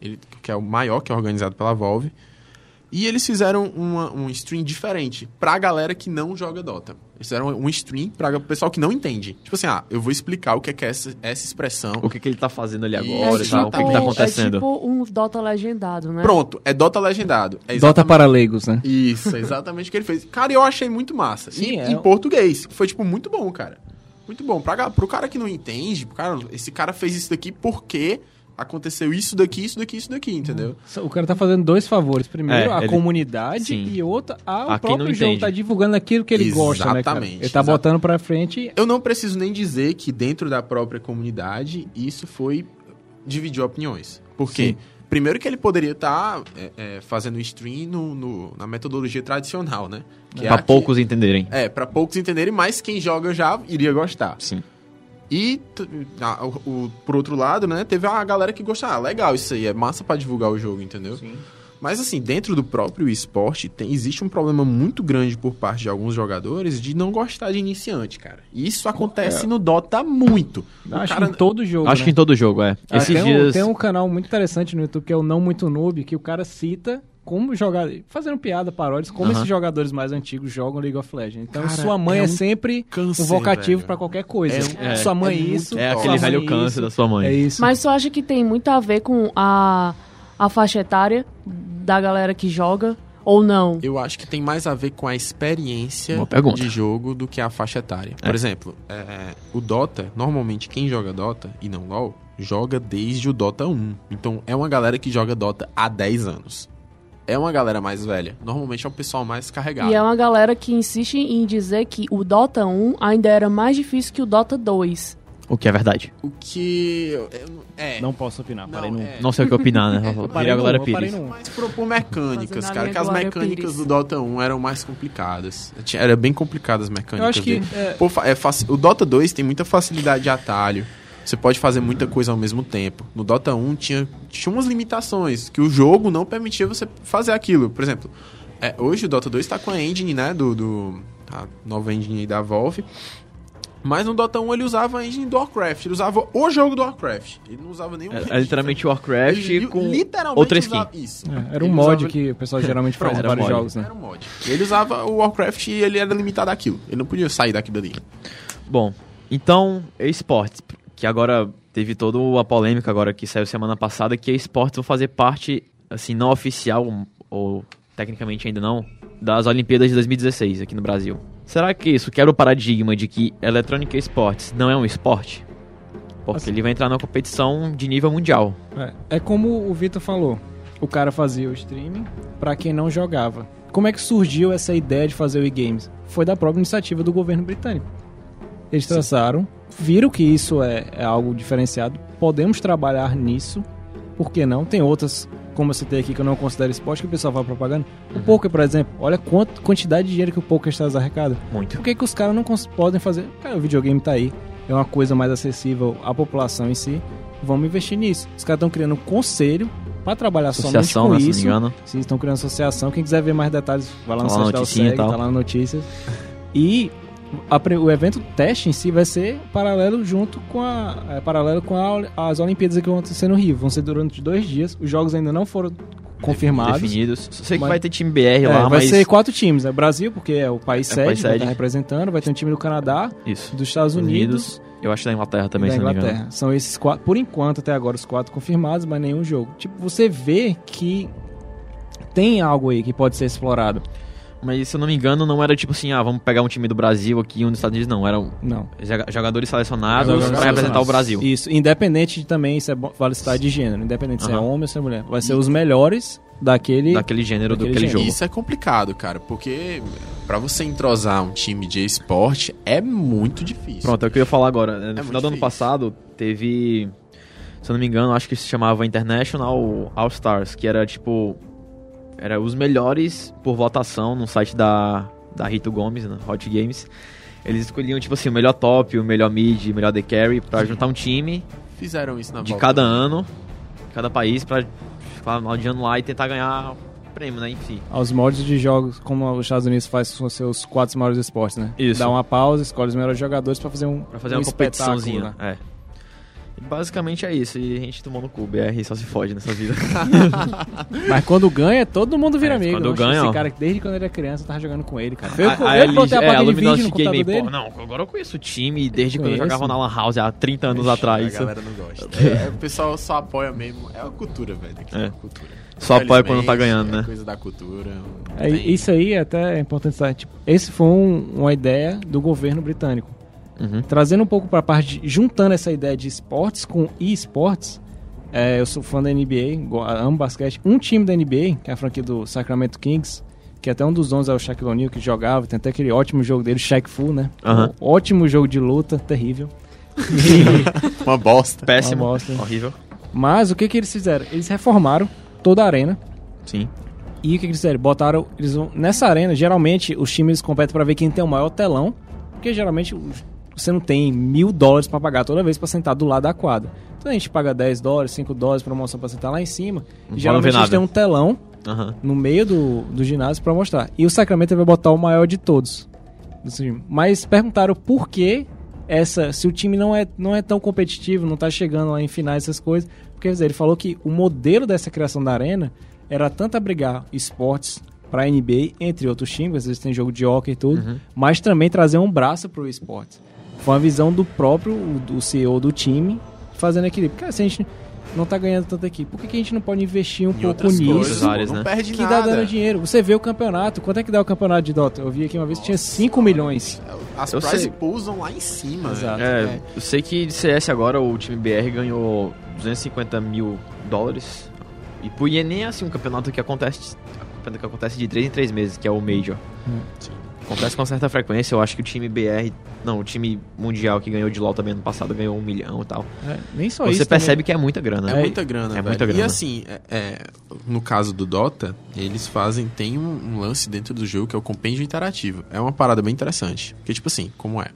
Ele, que é o maior, que é organizado pela Valve. E eles fizeram uma- um stream diferente pra galera que não joga Dota. Eles fizeram um stream pra o pessoal que não entende. Tipo assim, ah, eu vou explicar o que é, que é essa, essa expressão.
O que, que ele tá fazendo ali
Isso.
agora
é
e tal. O que, que tá acontecendo?
É tipo um Dota legendado, né?
Pronto, é Dota legendado. É
Dota
exatamente-
para leigos, né?
Isso, é exatamente o que ele fez. Cara, eu achei muito massa.
Sim,
e,
é.
Em português. Foi, tipo, muito bom, cara. Muito bom. Pra, ga- pro cara que não entende, pro cara, esse cara fez isso daqui porque aconteceu isso daqui, isso daqui, isso daqui, entendeu?
O cara tá fazendo dois favores. Primeiro,
É,
a
ele-
comunidade
Sim.
e outra,
A
ao
quem
próprio
não
jogo.
entende.
Tá divulgando aquilo que ele gosta, né, cara?
Exatamente,
Ele tá
exato.
botando pra frente
Eu não preciso nem dizer que dentro da própria comunidade isso foi. dividiu opiniões. Porque,
Sim.
primeiro, que ele poderia estar fazendo stream no, no- na metodologia tradicional, né? Que é
Pra
a que-
poucos entenderem.
É, pra poucos entenderem, mas quem joga já iria gostar.
Sim.
E, t- a- o, o- por outro lado, né, teve a galera que gostava, ah, legal isso aí, é massa pra divulgar o jogo, entendeu? Mas, assim, dentro do próprio esporte, tem, existe um problema muito grande por parte de alguns jogadores de não gostar de iniciante, cara. E isso acontece no Dota muito. O
É. Acho
cara-
que em todo jogo.
Acho
né?
que em todo jogo, é.
Ah,
Esses
tem, um,
dias.
tem um canal muito interessante no YouTube que é o Não Muito Noob, que o cara cita como jogar, fazendo piada, paródias, como
Aham.
esses jogadores mais antigos jogam League of Legends. Então
Cara,
sua mãe
é
é,
um
sempre
câncer,
um vocativo
velho.
pra qualquer coisa.
É
um- é.
sua mãe
É muito
isso,
É
Nossa.
aquele
sua mãe
velho câncer
isso.
da sua mãe.
É isso.
Mas eu acho que tem muito a ver com a, a faixa etária da galera que joga, ou não?
Eu acho que tem mais a ver com a experiência
Boa pergunta.
de jogo do que a faixa etária. Por exemplo, é, o Dota, normalmente quem joga Dota e não LoL, joga desde o Dota 1. Então é uma galera que joga Dota há 10 anos. É uma galera mais velha. Normalmente é o pessoal mais carregado.
E é uma galera que insiste em dizer que o Dota 1 ainda era mais difícil que o Dota 2.
O que é verdade.
O que. eu- É.
Não posso opinar,
Não,
parei no...
é.
Não sei o que opinar, né? Queria a
no
Glória
um,
Pires.
no um.
Mas propor mecânicas,
Fazendo a
cara,
minha
que as
Glória
mecânicas
Pires.
do Dota 1 eram mais complicadas. Tinha- Era bem complicadas as mecânicas
Eu acho que
dele.
é,
Pô, fa- é faci- O Dota 2 tem muita facilidade de atalho. Você pode fazer muita coisa ao mesmo tempo. No Dota 1 tinha, tinha umas limitações que o jogo não permitia você fazer aquilo. Por exemplo, é, hoje o Dota 2 tá com a engine, né? Do, do- a nova engine aí da Valve. Mas no Dota 1 ele usava a engine do Warcraft. Ele usava o jogo do Warcraft. Ele não usava nenhum.
É, é literalmente Warcraft
Ele li-
com
literalmente
outra
usava-
skin.
Isso.
é, era um
Ele
mod
usava-
que o pessoal geralmente faz em
Era
vários
mod.
jogos, né?
Era um mod. Ele usava o Warcraft e ele era limitado àquilo. Ele não podia sair daquilo ali.
Bom, então, esportes, que agora teve toda a polêmica agora que saiu semana passada, que esportes vão fazer parte, assim, não oficial, ou tecnicamente ainda não, das Olimpíadas de 2016 aqui no Brasil. Será que isso quebra o paradigma de que Electronic Esportes não é um esporte? Porque
Assim-
ele vai entrar numa competição de nível mundial.
É, é como o Vitor falou, o cara fazia o streaming pra quem não jogava. Como é que surgiu essa ideia de fazer o e-games? Foi da própria iniciativa do governo britânico. Eles traçaram, viram que isso é, é algo diferenciado, podemos trabalhar nisso, por que não? Tem outras, como eu citei aqui, que eu não considero esporte, que o pessoal fala propaganda. O poker, por exemplo, olha quanto, quantidade de dinheiro que o poker está arrecada.
Muito.
Por que, que os caras não cons- podem fazer? Cara, o videogame tá aí, é uma coisa mais acessível à população em si. Vamos investir nisso. Os caras estão criando um conselho para trabalhar somente
Associação,
com
né, se não me
isso.
engano.
Sim, estão criando associação. Quem quiser ver mais detalhes, vai lá no
Tá lá
site
na
da
noticinha
OSEG,
e tal.
tá lá no Notícias. E a pre- o evento teste em si vai ser paralelo junto com a é, paralelo com a Oli- as Olimpíadas que vão acontecer no Rio. Vão ser durante dois dias. Os jogos ainda não foram confirmados.
Definidos. Sei que
Mas-
vai ter time BR
É,
lá,
vai
mas...
ser quatro times, né? Brasil, porque é o país
É o
sede,
país
vai
sede.
estar representando, vai ter um time do Canadá,
Isso.
dos Estados Unidos,
Eu acho é da Inglaterra também,
e
se
da
não me engano.
Inglaterra. São esses quatro, por enquanto, até agora, os quatro confirmados, mas nenhum jogo. Tipo, você vê que tem algo aí que pode ser explorado.
Mas se eu não me engano, não era tipo assim, ah, vamos pegar um time do Brasil aqui e um dos Estados Unidos, não. Eram
Não.
joga- jogadores selecionados
Jogadores
pra representar o
selecionados.
Brasil.
Isso, independente de também, isso é bom, vale citar de gênero, independente se é
Aham.
homem ou se é mulher. Vai ser os melhores daquele...
Daquele gênero,
Daquele
daquele
gênero.
jogo.
Isso é complicado, cara, porque pra você entrosar um time de esporte é muito difícil.
Pronto, é o que eu ia falar agora. No
muito
final do ano
difícil.
passado, teve. Se eu não me engano, acho que se chamava International All Stars, que era tipo. Era os melhores por votação no site da, da Rito Gomes, na Hot Games. Eles escolhiam, tipo assim, o melhor top, o melhor mid, o melhor The Carry, pra juntar um time
Fizeram isso na
de
volta.
cada ano, de cada país, pra ficar no final de ano lá e tentar ganhar prêmio, né? Enfim.
Aos moldes de jogos, como os Estados Unidos faz com seus quatro maiores esportes, né?
Isso.
Dá uma pausa, escolhe os melhores jogadores pra fazer um
Pra fazer
um
uma
espetáculo,
competiçãozinha.
né?
É. E basicamente é isso. E a gente tomou no cu. BR só se fode nessa vida.
Mas quando ganha, todo mundo vira
É,
amigo.
quando
Eu acho
ganha,
esse
ó.
cara que desde quando ele era criança eu tava jogando com ele, cara.
Aí- aí
que botei a
é,
placa de
Luminosity
vídeo no computador
Gaming, porra,
dele.
não, agora eu conheço o time desde
Eu
quando eu
conheço.
jogava na Lan House há 30 anos atrás.
É, A galera não gosta. É, o pessoal só apoia mesmo. É uma cultura, velho. aqui,
É.
uma cultura.
Só apoia quando tá
Infelizmente,
ganhando,
é
né?
coisa da cultura. não
É,
tem-
isso aí até é importante saber. Tipo, esse foi um- uma ideia do governo britânico.
Uhum.
Trazendo um pouco pra parte, de- juntando essa ideia de esportes com e-esportes, é, eu sou fã da NBA, go- amo basquete. Um time da NBA, que é a franquia do Sacramento Kings, que até um dos donos é o Shaquille O'Neal, que jogava, tem até aquele ótimo jogo dele, Shaq Fu, né?
Aham.
Um Ótimo jogo de luta, terrível.
Uma bosta.
Péssimo.
Uma bosta.
Horrível.
Mas o que, que eles fizeram? Eles reformaram toda a arena.
Sim.
E o que que eles fizeram? Botaram. Eles vão, nessa arena, geralmente, os times competem pra ver quem tem o maior telão. Porque geralmente os- você não tem mil dólares pra pagar toda vez pra sentar do lado da quadra. Então a gente paga 10 dólares, 5 dólares, promoção pra sentar lá em cima.
Não
E
vale
geralmente
nada.
eles têm um telão
Aham.
no meio do, do ginásio pra mostrar. E o Sacramento vai botar o maior de todos. Assim, Mas perguntaram por que essa. Se o time não é, não é tão competitivo, não tá chegando lá em finais, essas coisas. Porque quer dizer, ele falou que o modelo dessa criação da arena era tanto abrigar esportes para NBA, entre outros times, às vezes tem jogo de hockey e tudo,
Uhum.
mas também trazer um braço para o esporte. Foi uma visão do próprio do CEO do time fazendo equilíbrio. Cara, se a gente não tá ganhando tanto aqui, por que, que a gente não pode investir um
Em
pouco
outras
nisso?
coisas,
áreas,
não
né?
perde
que dá
nada.
tá dando dinheiro. Você vê o campeonato. Quanto é que dá o campeonato de Dota? Eu vi aqui uma vez que tinha 5 milhões.
As
Eu
prize
sei.
pools vão lá em cima.
Exato.
velho.
É, eu sei que de CS agora o time BR ganhou 250 mil dólares. E pro INE é assim um campeonato que acontece, um campeonato que acontece de 3 em 3 meses, que é o Major.
Hum,
acontece com certa frequência, eu acho que o time BR. Não, o time mundial que ganhou de LOL também ano passado ganhou um milhão e tal.
nem só isso.
Você percebe que é muita grana.
É,
né?
muita grana,
é
velho.
muita grana.
E assim, é- é, no caso do Dota, eles fazem, tem um, um lance dentro do jogo que é o compêndio interativo. É uma parada bem interessante. Porque, tipo assim, como é?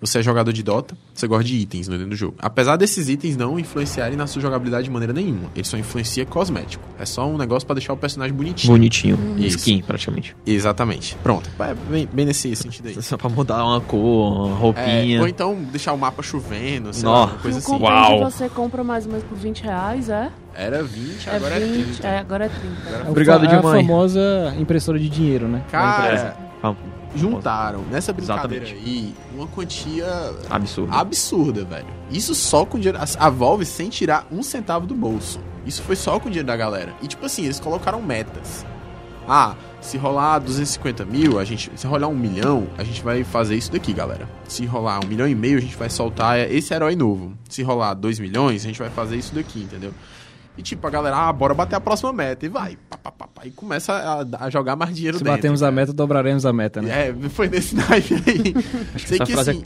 Você é jogador de Dota, você gosta de itens né, dentro do jogo. Apesar desses itens não influenciarem na sua jogabilidade de maneira nenhuma. Ele só influencia cosmético. É só um negócio pra deixar o personagem bonitinho.
Bonitinho.
Hum. Isso.
Skin, praticamente.
Exatamente. Pronto. É bem, bem nesse sentido aí.
Só pra mudar uma cor, uma
É,
roupinha.
ou então deixar o mapa chovendo, sei
Nó.
lá, uma coisa
o
assim.
compra
Uau.
você compra mais ou menos por 20 reais, é?
Era 20,
É
agora
20,
é 30.
é, agora é 30.
É o
Obrigado,
fa- é a
Dilmãe.
famosa impressora de dinheiro, né?
Cara,
Ah,
juntaram nessa brincadeira
Exatamente.
aí uma quantia
Absurdo.
absurda, velho. Isso só com dinheiro. a- A Valve sem tirar um centavo do bolso. Isso foi só com o dinheiro da galera. E tipo assim, eles colocaram metas. Ah, se rolar 250 mil, a gente. Se rolar um milhão, a gente vai fazer isso daqui, galera. Se rolar um milhão e meio, a gente vai soltar esse herói novo. Se rolar 2 milhões, a gente vai fazer isso daqui, entendeu? E tipo, a galera, ah, bora bater a próxima meta. E vai, pá, pá, pá, pá, e começa a, a jogar mais dinheiro
Se
dentro.
batermos a
cara.
meta, dobraremos a meta, né?
É, foi nesse naipe aí. Sei
essa
que
frase é-
assim.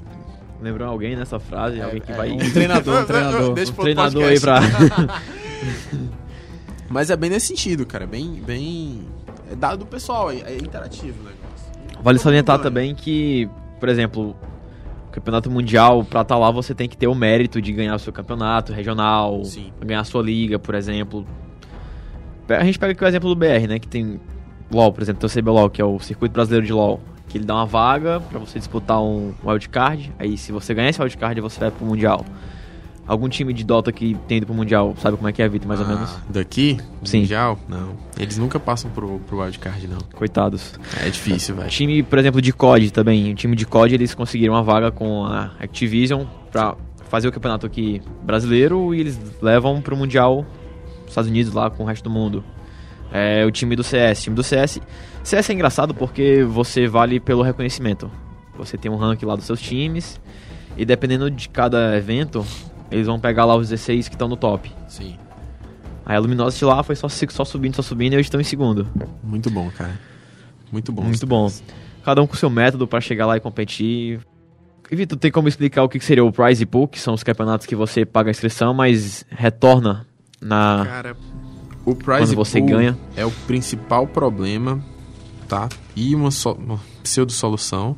Lembrou alguém nessa frase? alguém que
é,
vai.
Um treinador, um treinador.
Deixa
Um
pro
treinador aí
podcast.
pra.
Mas é bem nesse sentido, cara. Bem. bem... É dado do pessoal, é, é interativo o negócio.
Vale salientar também que, por exemplo, o campeonato mundial, pra estar lá, você tem que ter o mérito de ganhar o seu campeonato regional,
Sim.
ganhar a sua liga, por exemplo. Pe- A gente pega aqui o exemplo do BR, né? Que tem LOL, por exemplo, tem o CBLOL, que é o Circuito Brasileiro de LOL. Que ele dá uma vaga pra você disputar um wildcard. Aí, se você ganhar esse wildcard, você vai pro Mundial. Algum time de Dota que tem ido pro Mundial sabe como é que é a vida, mais ou
Ah,
menos?
Daqui?
Sim.
Mundial? Não. Eles nunca passam pro, pro wildcard, não.
Coitados.
É difícil, velho.
Time, por exemplo, de COD também. O time de COD eles conseguiram uma vaga com a Activision pra fazer o campeonato aqui brasileiro e eles levam pro Mundial dos Estados Unidos lá com o resto do mundo. É o time do CS. time do CS. CS é engraçado porque você vale pelo reconhecimento. Você tem um ranking lá dos seus times e dependendo de cada evento, eles vão pegar lá os 16 que estão no top.
Sim.
Aí a Luminosity lá foi só, só subindo, só subindo e eles estão em segundo.
Muito bom, cara. Muito bom.
Muito bom. Cada um com seu método pra chegar lá e competir. E Vitor, tem como explicar o que que seria o Prize Pool, que são os campeonatos que você paga a inscrição, mas retorna na.
Cara, o prize
Quando você
pool
ganha.
é o principal problema, tá? E uma, so, uma pseudo solução.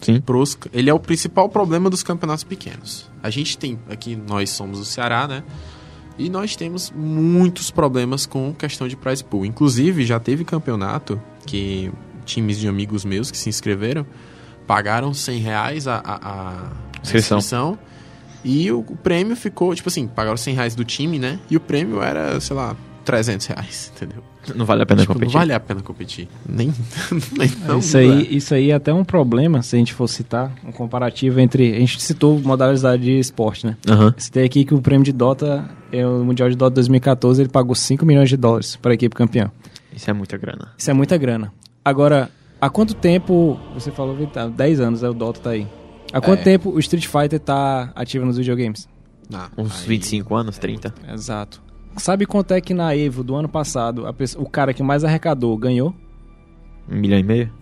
Sim.
Pros, ele é o principal problema dos campeonatos pequenos. A gente tem aqui nós somos o Ceará, né? E nós temos muitos problemas com questão de prize pool. Inclusive, já teve campeonato que times de amigos meus que se inscreveram pagaram R$ 100 reais a, a- a
Inscrição.
inscrição. E o, o prêmio ficou, tipo assim, pagaram 100 reais do time, né? E o prêmio era, sei lá, 300 reais, entendeu?
Não vale a pena
Tipo, não
competir.
vale a pena competir. Nem, nem não,
isso,
né?
aí, isso aí é até um problema, se a gente for citar um comparativo entre. A gente citou modalidade de esporte, né?
Aham.
Citei aqui que o prêmio de Dota, é o Mundial de Dota 2014, ele pagou 5 milhões de dólares para a equipe campeã.
Isso é muita grana.
Isso é muita grana. Agora, há quanto tempo. Você falou que tá 10 anos, né, o Dota tá aí. Há quanto
É.
tempo o Street Fighter tá ativo nos videogames?
Ah,
Uns
aí-
25 anos, 30.
Exato. Sabe quanto é que na Evo do ano passado a pessoa- o cara que mais arrecadou ganhou?
Um milhão e meio.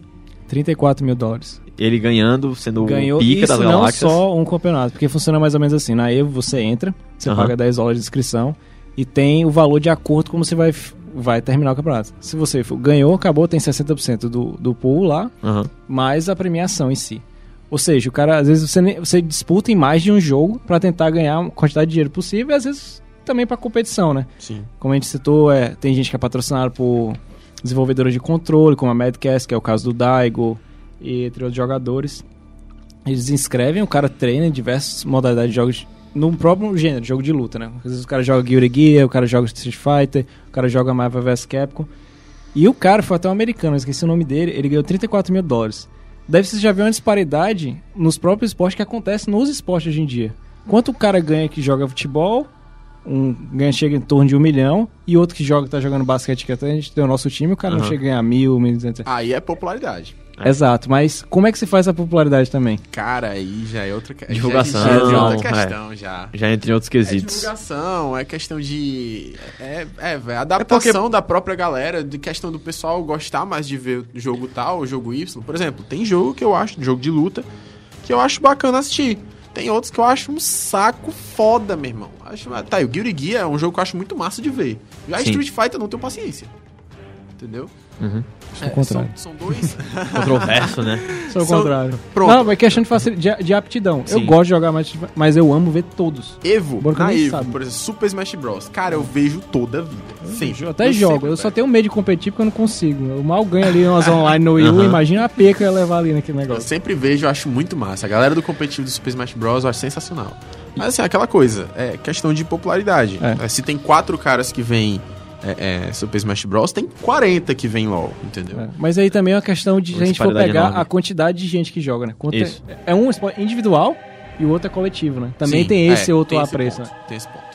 34 mil dólares.
Ele ganhando, sendo
ganhou
o pica
isso
das
não
galáxias.
só um campeonato, porque funciona mais ou menos assim. Na Evo você entra, você
Aham.
paga 10 dólares de inscrição e tem o valor de acordo como você vai, vai terminar o campeonato. Se você for- ganhou, acabou, tem 60% do, do pool lá,
Aham.
mais a premiação em si. Ou seja, o cara, às vezes, você, ne- você disputa em mais de um jogo pra tentar ganhar a quantidade de dinheiro possível e às vezes também pra competição, né?
Sim.
Como a gente citou, é, tem gente que é patrocinada por desenvolvedora de controle, como a Madcast, que é o caso do Daigo, e entre outros jogadores. Eles inscrevem, o cara treina em diversas modalidades de jogos no próprio gênero, jogo de luta, né? Às vezes o cara joga Guilty Gear, o cara joga Street Fighter, o cara joga Marvel vs Capcom. E o cara foi até um americano, eu esqueci o nome dele, ele ganhou 34 mil dólares. Deve você já ver uma disparidade nos próprios esportes que acontece nos esportes hoje em dia. Quanto o cara ganha que joga futebol, um ganha chega em torno de um milhão, e outro que joga tá jogando basquete, que até a gente tem o nosso time, o cara não
Aham.
chega a ganhar mil, mil e duzentos.
Aí é popularidade.
Exato, mas como é que se faz essa popularidade também?
Cara, aí já é outra questão.
Divulgação,
Já, já é outra
é.
questão, já.
Já entre outros
É
quesitos.
divulgação, é questão de. É, é velho, adaptação da própria galera, de questão do pessoal gostar mais de ver o jogo tal ou jogo Y. Por exemplo, tem jogo que eu acho, jogo de luta, que eu acho bacana assistir. Tem outros que eu acho um saco foda, meu irmão. Acho, tá, e o Guilty Gear é um jogo que eu acho muito massa de ver. Já
Sim.
Street Fighter eu não tenho paciência. Entendeu?
Uhum.
Acho o
são,
contrário.
são dois.
Controverso, né?
É, Só o
são-
contrário.
Pronto.
Não, é mas questão de, facil... de, de aptidão. Eu
Sim.
gosto de jogar, mas, mas eu amo ver todos.
Evo,
Bora que eu
na
nem
Evo,
sabe.
por exemplo, Super Smash Bros. Cara, eu vejo toda a vida. Sempre.
Eu até jogo,
sempre
eu só
pego.
tenho medo de competir porque eu não consigo. Eu mal ganho ali umas online no Wii U,
Aham.
imagina a P que eu ia levar ali naquele
Eu
negócio.
sempre vejo, eu acho muito massa. A galera do competitivo do Super Smash Bros. eu acho sensacional. Mas assim, aquela coisa, é questão de popularidade.
É.
É, Se tem quatro caras que vêm é, é, Super Smash Bros., tem 40 que vêm LOL, entendeu?
É, Mas aí também é uma questão de se
Uma
a gente for
disparidade
pegar
enorme.
a quantidade de gente que joga, né? Quanto é-
Isso.
É um esporte individual e o outro é coletivo, né? Também
Sim,
tem
é,
esse outro
tem
apreço.
ponto,
né?
Tem esse ponto.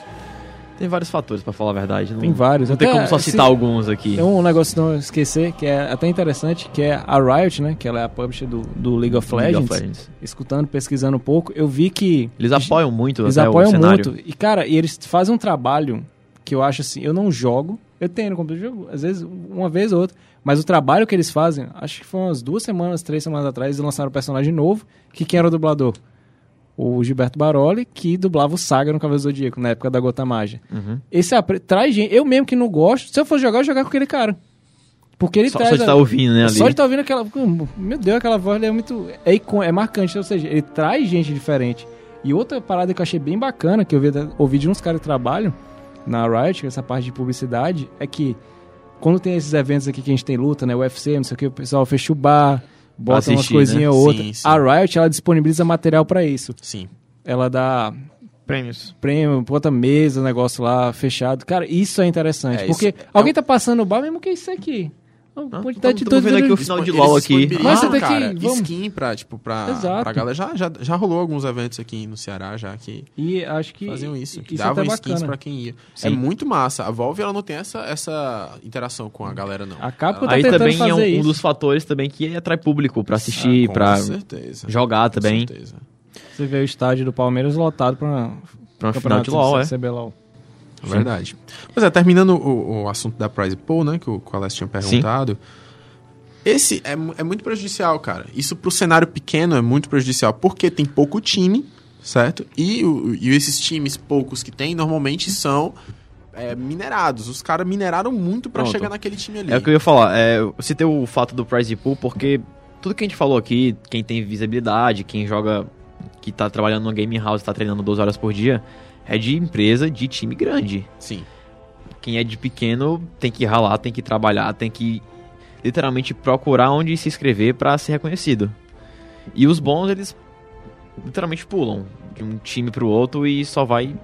Tem vários fatores, pra falar a verdade. Não,
Tem vários.
Não tem
Até
como só
se-
citar alguns aqui.
Tem um negócio que não esquecer, que é até interessante, que é a Riot, né? Que ela é a publisher do, do League of
League
Legends.
of Legends.
Escutando, pesquisando um pouco, eu vi que
Eles apoiam muito
Eles
até o
apoiam
cenário.
muito. E, cara, e eles fazem um trabalho que eu acho assim, eu não jogo. Eu tenho no computador, jogo, às vezes, uma vez ou outra. Mas o trabalho que eles fazem, acho que foi umas duas semanas, três semanas atrás, eles lançaram um personagem novo, que quem era o dublador? O Gilberto Baroli, que dublava o Saga no Cavaleiro do Zodíaco, na época da Gotamage.
Uhum.
Esse apre- traz gente, eu mesmo que não gosto, se eu fosse jogar, eu ia jogar com aquele cara. Porque ele
Só,
traz...
só de
a-
estar ouvindo, né, ali.
só de tá estar ouvindo aquela. Meu Deus, aquela voz ali é muito. É, icô- é marcante, ou seja, ele traz gente diferente. E outra parada que eu achei bem bacana, que eu vi, ouvi de uns caras que trabalham na Riot, essa parte de publicidade, é que quando tem esses eventos aqui que a gente tem luta, né? UFC, não sei o que, o pessoal fecha o bar, bota umas
assistir, né?
coisinhas ou
Sim,
outra.
sim.
A Riot, ela disponibiliza material pra isso.
Sim.
Ela dá
Prêmios.
prêmio, bota mesa, negócio lá fechado. Cara, isso é interessante.
É,
porque
isso é
alguém tá passando no bar mesmo que isso aqui. Uma quantidade de
tamo vendo
doido-
aqui o final de
Eles
LOL aqui.
disponibilizam,
Mas você tem que-
cara,
vamos-
skin pra, tipo, pra,
Exato.
pra galera. Já, já, já rolou alguns eventos aqui no Ceará, já que
E acho que.
faziam isso, que
isso é
davam
até
skins
bacana.
pra quem ia.
Sim.
É muito massa. A Valve ela não tem essa, essa interação com a galera não.
A Capcom
Ela-
tá
Aí
tentando
também é
fazer
um, um
isso.
dos fatores também que atrai público pra assistir,
Ah, com
pra
certeza.
jogar também.
Com certeza.
Você vê o estádio do Palmeiras lotado pra,
Pra uma final de LoL, é.
CBLOL.
É verdade. Pois é, terminando o, o assunto da Prize Pool, né, que o que o Alex tinha perguntado. Esse é, mu- é muito prejudicial, cara. Isso pro cenário pequeno é muito prejudicial, porque tem pouco time, certo? E, o- e esses times poucos que tem, normalmente são é, minerados. Os caras mineraram muito pra
Pronto.
chegar naquele time ali.
É o que eu ia falar. É, eu citei o fato do prize pool porque tudo que a gente falou aqui, quem tem visibilidade, quem joga, que tá trabalhando numa game house, tá treinando 12 horas por dia, é de empresa, de time grande.
Sim.
Quem é de pequeno tem que ralar, tem que trabalhar, tem que literalmente procurar onde se inscrever pra ser reconhecido. E os bons, eles literalmente pulam de um time pro outro e só vai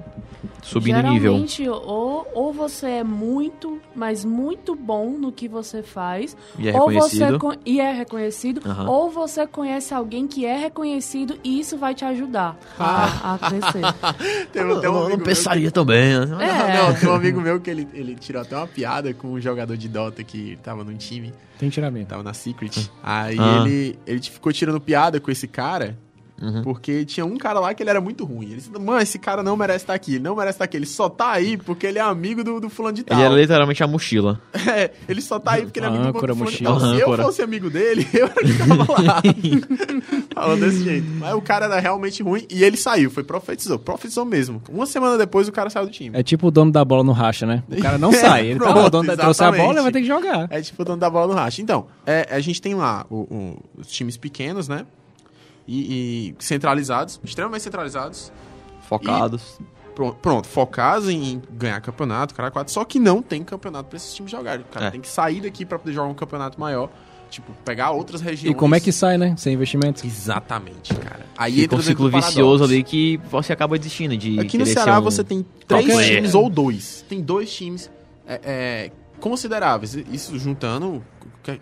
subindo o nível.
Geralmente, ou, ou você é muito, mas muito bom no que você faz,
E é
ou você
reconhecido.
co- e é reconhecido,
Aham.
ou você conhece alguém que é reconhecido e isso vai te ajudar
Ah.
a, a crescer.
Tem,
Eu,
tem um
eu não
amigo meu
pensaria também. né?
É.
Não, não, tem um amigo meu que ele, ele tirou até uma piada com um jogador de Dota que tava num time,
Tem tiramento.
tava na Secret. Aí
Ah.
ele, ele ficou tirando piada com esse cara,
Uhum.
porque tinha um cara lá que ele era muito ruim. Ele disse, mano, esse cara não merece estar aqui, ele não merece estar aqui. Ele só tá aí porque ele é amigo do, do fulano de tal.
Ele era literalmente a mochila.
É, ele só tá aí porque ele é
A
amigo do
âncora,
fulano de
mochila.
tal. Se eu
Âncora.
fosse amigo dele, eu ficava lá. Falou desse jeito. Mas o cara era realmente ruim e ele saiu, foi profetizou, profetizou mesmo. Uma semana depois o cara saiu do time.
É tipo o dono da bola no racha, né? O cara não
É,
sai. Ele tá
pronto,
o dono da, trouxe a bola,
exatamente.
ele vai ter que jogar.
É tipo o dono da bola no racha. Então, é, a gente tem lá o- o- os times pequenos, né? E, e centralizados, extremamente centralizados.
Focados.
Pronto, pronto, focados em ganhar campeonato, cara, quatro. Só que não tem campeonato pra esses times jogarem. O cara
É.
tem que sair daqui pra poder jogar um campeonato maior. tipo, pegar outras
E
regiões.
como é que sai, né? Sem investimento?
Exatamente, cara. Aí
Fica
entra
um
dentro
ciclo
do paradoxo.
vicioso ali que você acaba desistindo de
Aqui no
querer ser
Ceará
um-
você tem três
player.
times ou dois. Tem dois times é, é, consideráveis. Isso juntando.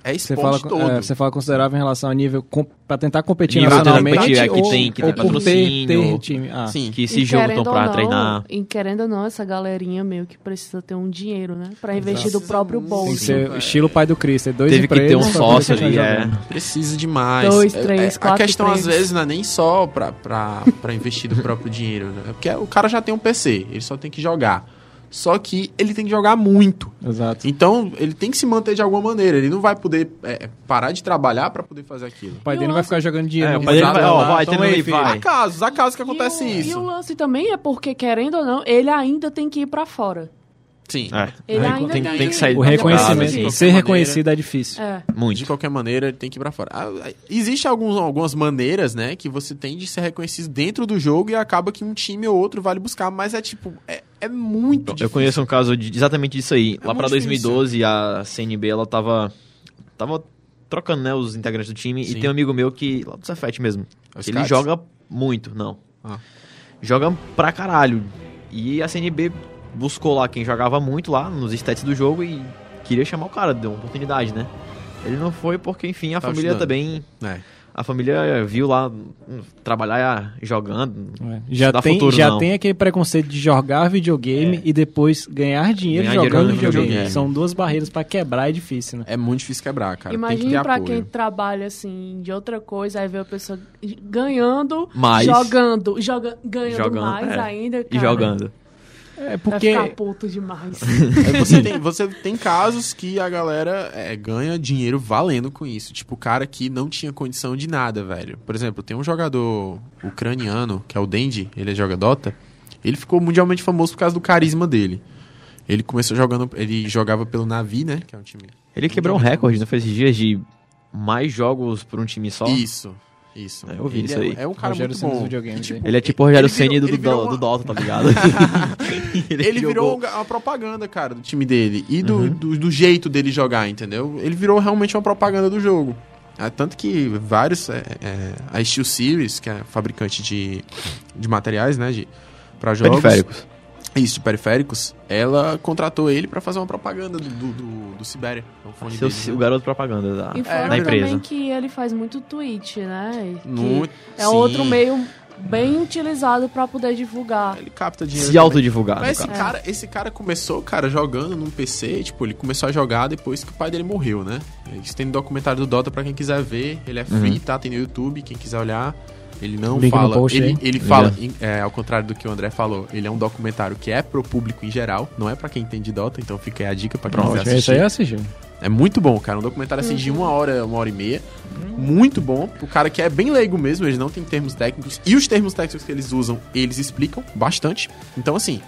É
Você
esporte
fala,
todo.
é, você fala considerável em relação ao nível com, pra tentar competir
pra
Nível
tentar
nacionalmente
competir, é, que
ou,
tem- que
ou
tem
por ter,
patrocínio.
ter time. Ah,
Sim.
que
E
se juntam
querendo ou
pra
não-
treinar.
E querendo ou não, essa galerinha meio que precisa ter um dinheiro, né? Pra investir do
Precisa
próprio
muito.
Tem que
bolso.
Sim,
ser
cara.
estilo pai do Chris, ter dois
Teve que ter um
empregos pra poder
sócio ali,
continuar
é.
jogando.
Precisa demais.
Dois,
É- é-
três,
A
quatro
questão, às
empregos.
vezes, não é nem só pra, pra, pra investir do próprio dinheiro, né? Porque o cara já tem um PC, ele só tem que jogar. Só que ele tem que jogar muito.
Exato.
Então, ele tem que se manter de alguma maneira. Ele não vai poder é, parar de trabalhar pra poder fazer aquilo.
O pai
E
dele
o
não vai
lance-
ficar jogando dinheiro. né? Então,
É,
não
o
pai dele
pode
vai,
jogar
ó,
lá,
vai,
toma
treina aí,
filho.
vai.
Há casos, há casos que acontece
e o, E o
isso.
lance também é porque, querendo ou não, ele ainda tem que ir pra fora.
Sim.
É,
Ele
Tem-
ainda
tem-
tem,
tem que sair
Ele
O
tá
reconhecimento,
focado, assim.
ser reconhecido é difícil.
É.
De
muito.
qualquer maneira, ele tem que ir pra fora. Ah, ah, Existe alguns, algumas maneiras, né, que você tem de ser reconhecido dentro do jogo e acaba que um time ou outro vale buscar, mas é tipo, é, é muito
Eu conheço um caso de- exatamente disso aí. Lá
É muito
pra
difícil.
2012, a CNB, ela tava, tava trocando, né, os integrantes do time.
Sim.
E tem um amigo meu que, lá do Cefet mesmo,
Os
ele
caras-
joga muito, não.
Ah.
Joga pra caralho. E a CNB buscou lá quem jogava muito lá nos stats do jogo e queria chamar o cara, deu uma oportunidade, né? Ele não foi porque, enfim, a
Tá
família
ajudando.
também.
É.
A família viu lá hum, trabalhar jogando.
É. Já,
dá
tem,
futuro,
já
não. É.
tem aquele preconceito de jogar videogame e depois ganhar dinheiro
Ganhar dinheiro
jogando
jogando é.
videogame.
videogame.
São duas barreiras pra quebrar, é difícil, né?
É muito difícil quebrar, cara. tem que
Imagine
ter
pra
apoio.
quem trabalha assim de outra coisa, aí vê a pessoa ganhando,
Mais.
jogando, joga, ganhando
Jogando,
mais
é.
ainda,
E
cara,
jogando.
É
Vai
porque
ficar puto demais.
Aí É, Você tem, você tem casos que a galera é, ganha dinheiro valendo com isso. Tipo, o cara que não tinha condição de nada, velho. Por exemplo, tem um jogador ucraniano, que é o Dendi, ele joga Dota. Ele ficou mundialmente famoso por causa do carisma dele. Ele começou jogando. Ele jogava pelo Navi, né? Que é um time.
Ele quebrou um recorde, não foi esses dias de mais jogos por um time só?
Isso, isso.
É, eu vi
Ele
isso
é,
aí.
é um cara
Rogério
muito
Ceni dos
bom.
videogames,
E,
hein?
Ele é tipo o Rogério
ele virou-
Ceni do,
ele
do-
virou uma-
do Dota, tá ligado?
Ele virou um
jogou- Uhum.
uma, uma propaganda, cara, do time dele. E do, do, do jeito dele jogar, entendeu? Ele virou realmente uma propaganda do jogo. É, tanto que vários. É, é, a Steel Series, que é fabricante de, de materiais, né? De, pra jogos.
Periféricos.
Isso, de periféricos. Ela contratou ele pra fazer uma propaganda do, do, do, do Sibéria. É o fone
Seu-
dele,
o
né?
garoto propaganda tá? da,
E fora
da É, empresa.
também que ele faz muito tweet, né? Que
No-
é
sim.
outro meio bem utilizado pra poder divulgar.
Ele capta dinheiro.
Se
também.
autodivulgar.
Mas esse
cara.
cara, esse cara começou, cara, jogando num PC, tipo, ele começou a jogar depois que o pai dele morreu, né? Isso tem no documentário do Dota pra quem quiser ver. Ele é free, tá? Tem no YouTube, quem quiser olhar. Ele não
Link no
fala.
post aí.
ele ele fala, em- é, ao contrário do que o André falou, ele é um documentário que é pro público em geral, não é pra quem entende Dota, então fica aí a dica pra quem
Pronto,
quiser
isso
assistir.
aí eu assisti.
É muito bom, cara. Um documentário assim de uma hora, uma hora e meia. Muito bom. O cara que é bem leigo mesmo, eles não têm termos técnicos. E os termos técnicos que eles usam, eles explicam bastante. Então, assim,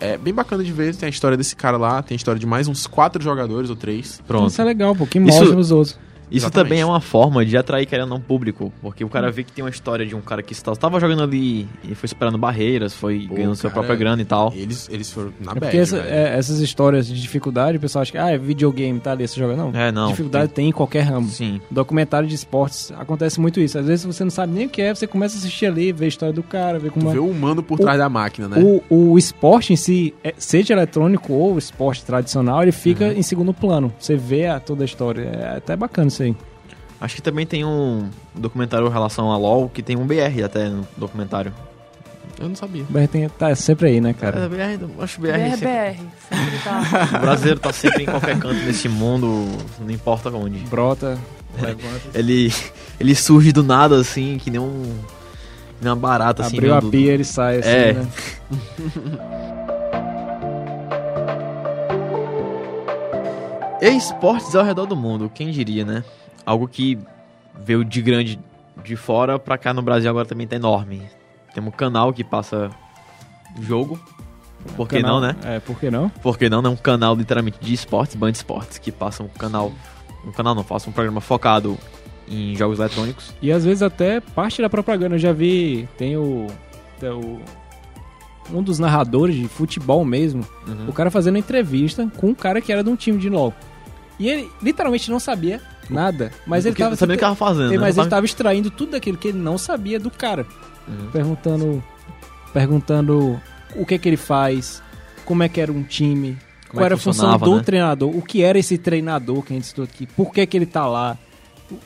é bem bacana de ver. Tem a história desse cara lá, tem a história de mais uns quatro jogadores ou três.
Pronto.
Isso é legal, porque
Isso-
mostra os outros.
Isso
Exatamente.
também é uma forma de atrair, querendo ou não, público. Porque o cara vê que tem uma história de um cara que estava jogando ali e foi superando barreiras, foi
Pô,
ganhando sua
cara,
própria grana e tal.
Eles, eles foram na
É
bad,
porque essa-
velho.
é, essas histórias de dificuldade, o pessoal acha que ah, é videogame, tá ali, você joga. Não,
É, não.
dificuldade tem em qualquer ramo.
Sim.
Documentário de esportes, acontece muito isso. Às vezes você não sabe nem o que é, você começa a assistir ali, ver a história do cara, ver como
Tu
é.
vê o humano por
O-
trás da máquina, né?
O, o esporte em si, é- seja eletrônico ou esporte tradicional, ele
Uhum.
fica em segundo plano. Você vê a, toda a história. É até bacana isso aí.
Acho que também tem um documentário em relação a LOL que tem um BR até no documentário.
Eu não sabia.
O BR tá sempre aí, né, cara?
BR, acho BR.
é
BRBR. sempre tá.
O brasileiro tá sempre em qualquer canto nesse mundo, não importa onde.
Brota.
Ele, ele surge do nada, assim, que nem um. que nem uma barata, assim.
Abriu
né,
a
do-
pia, ele sai assim,
É.
né?
Esportes ao redor do mundo, quem diria, né? Algo que veio de grande de fora pra cá no Brasil agora também tá enorme. Tem um canal que passa jogo. Por que
Canal-
não, né?
É, por que não?
Por que não? É um canal literalmente de esportes, Band Esportes, que passa um canal. Um canal não, passa um programa focado em jogos eletrônicos.
E às vezes até parte da propaganda. Eu já vi, tem o. tem o- um dos narradores de futebol mesmo,
Uhum.
o cara fazendo entrevista com um cara que era de um time de LOL. E ele literalmente não sabia nada. Mas ele
Porque
tava.
não sabia o que tava fazendo.
Ele-
né?
mas
Não
ele tava extraindo tudo aquilo que ele não sabia do cara.
Uhum.
Perguntando. Perguntando o que é que ele faz, como é que era um
Como
time, qual
é que
era a função
funcionava,
do
né?
treinador, o que era esse treinador que a gente estudou aqui, por que, que ele tá lá,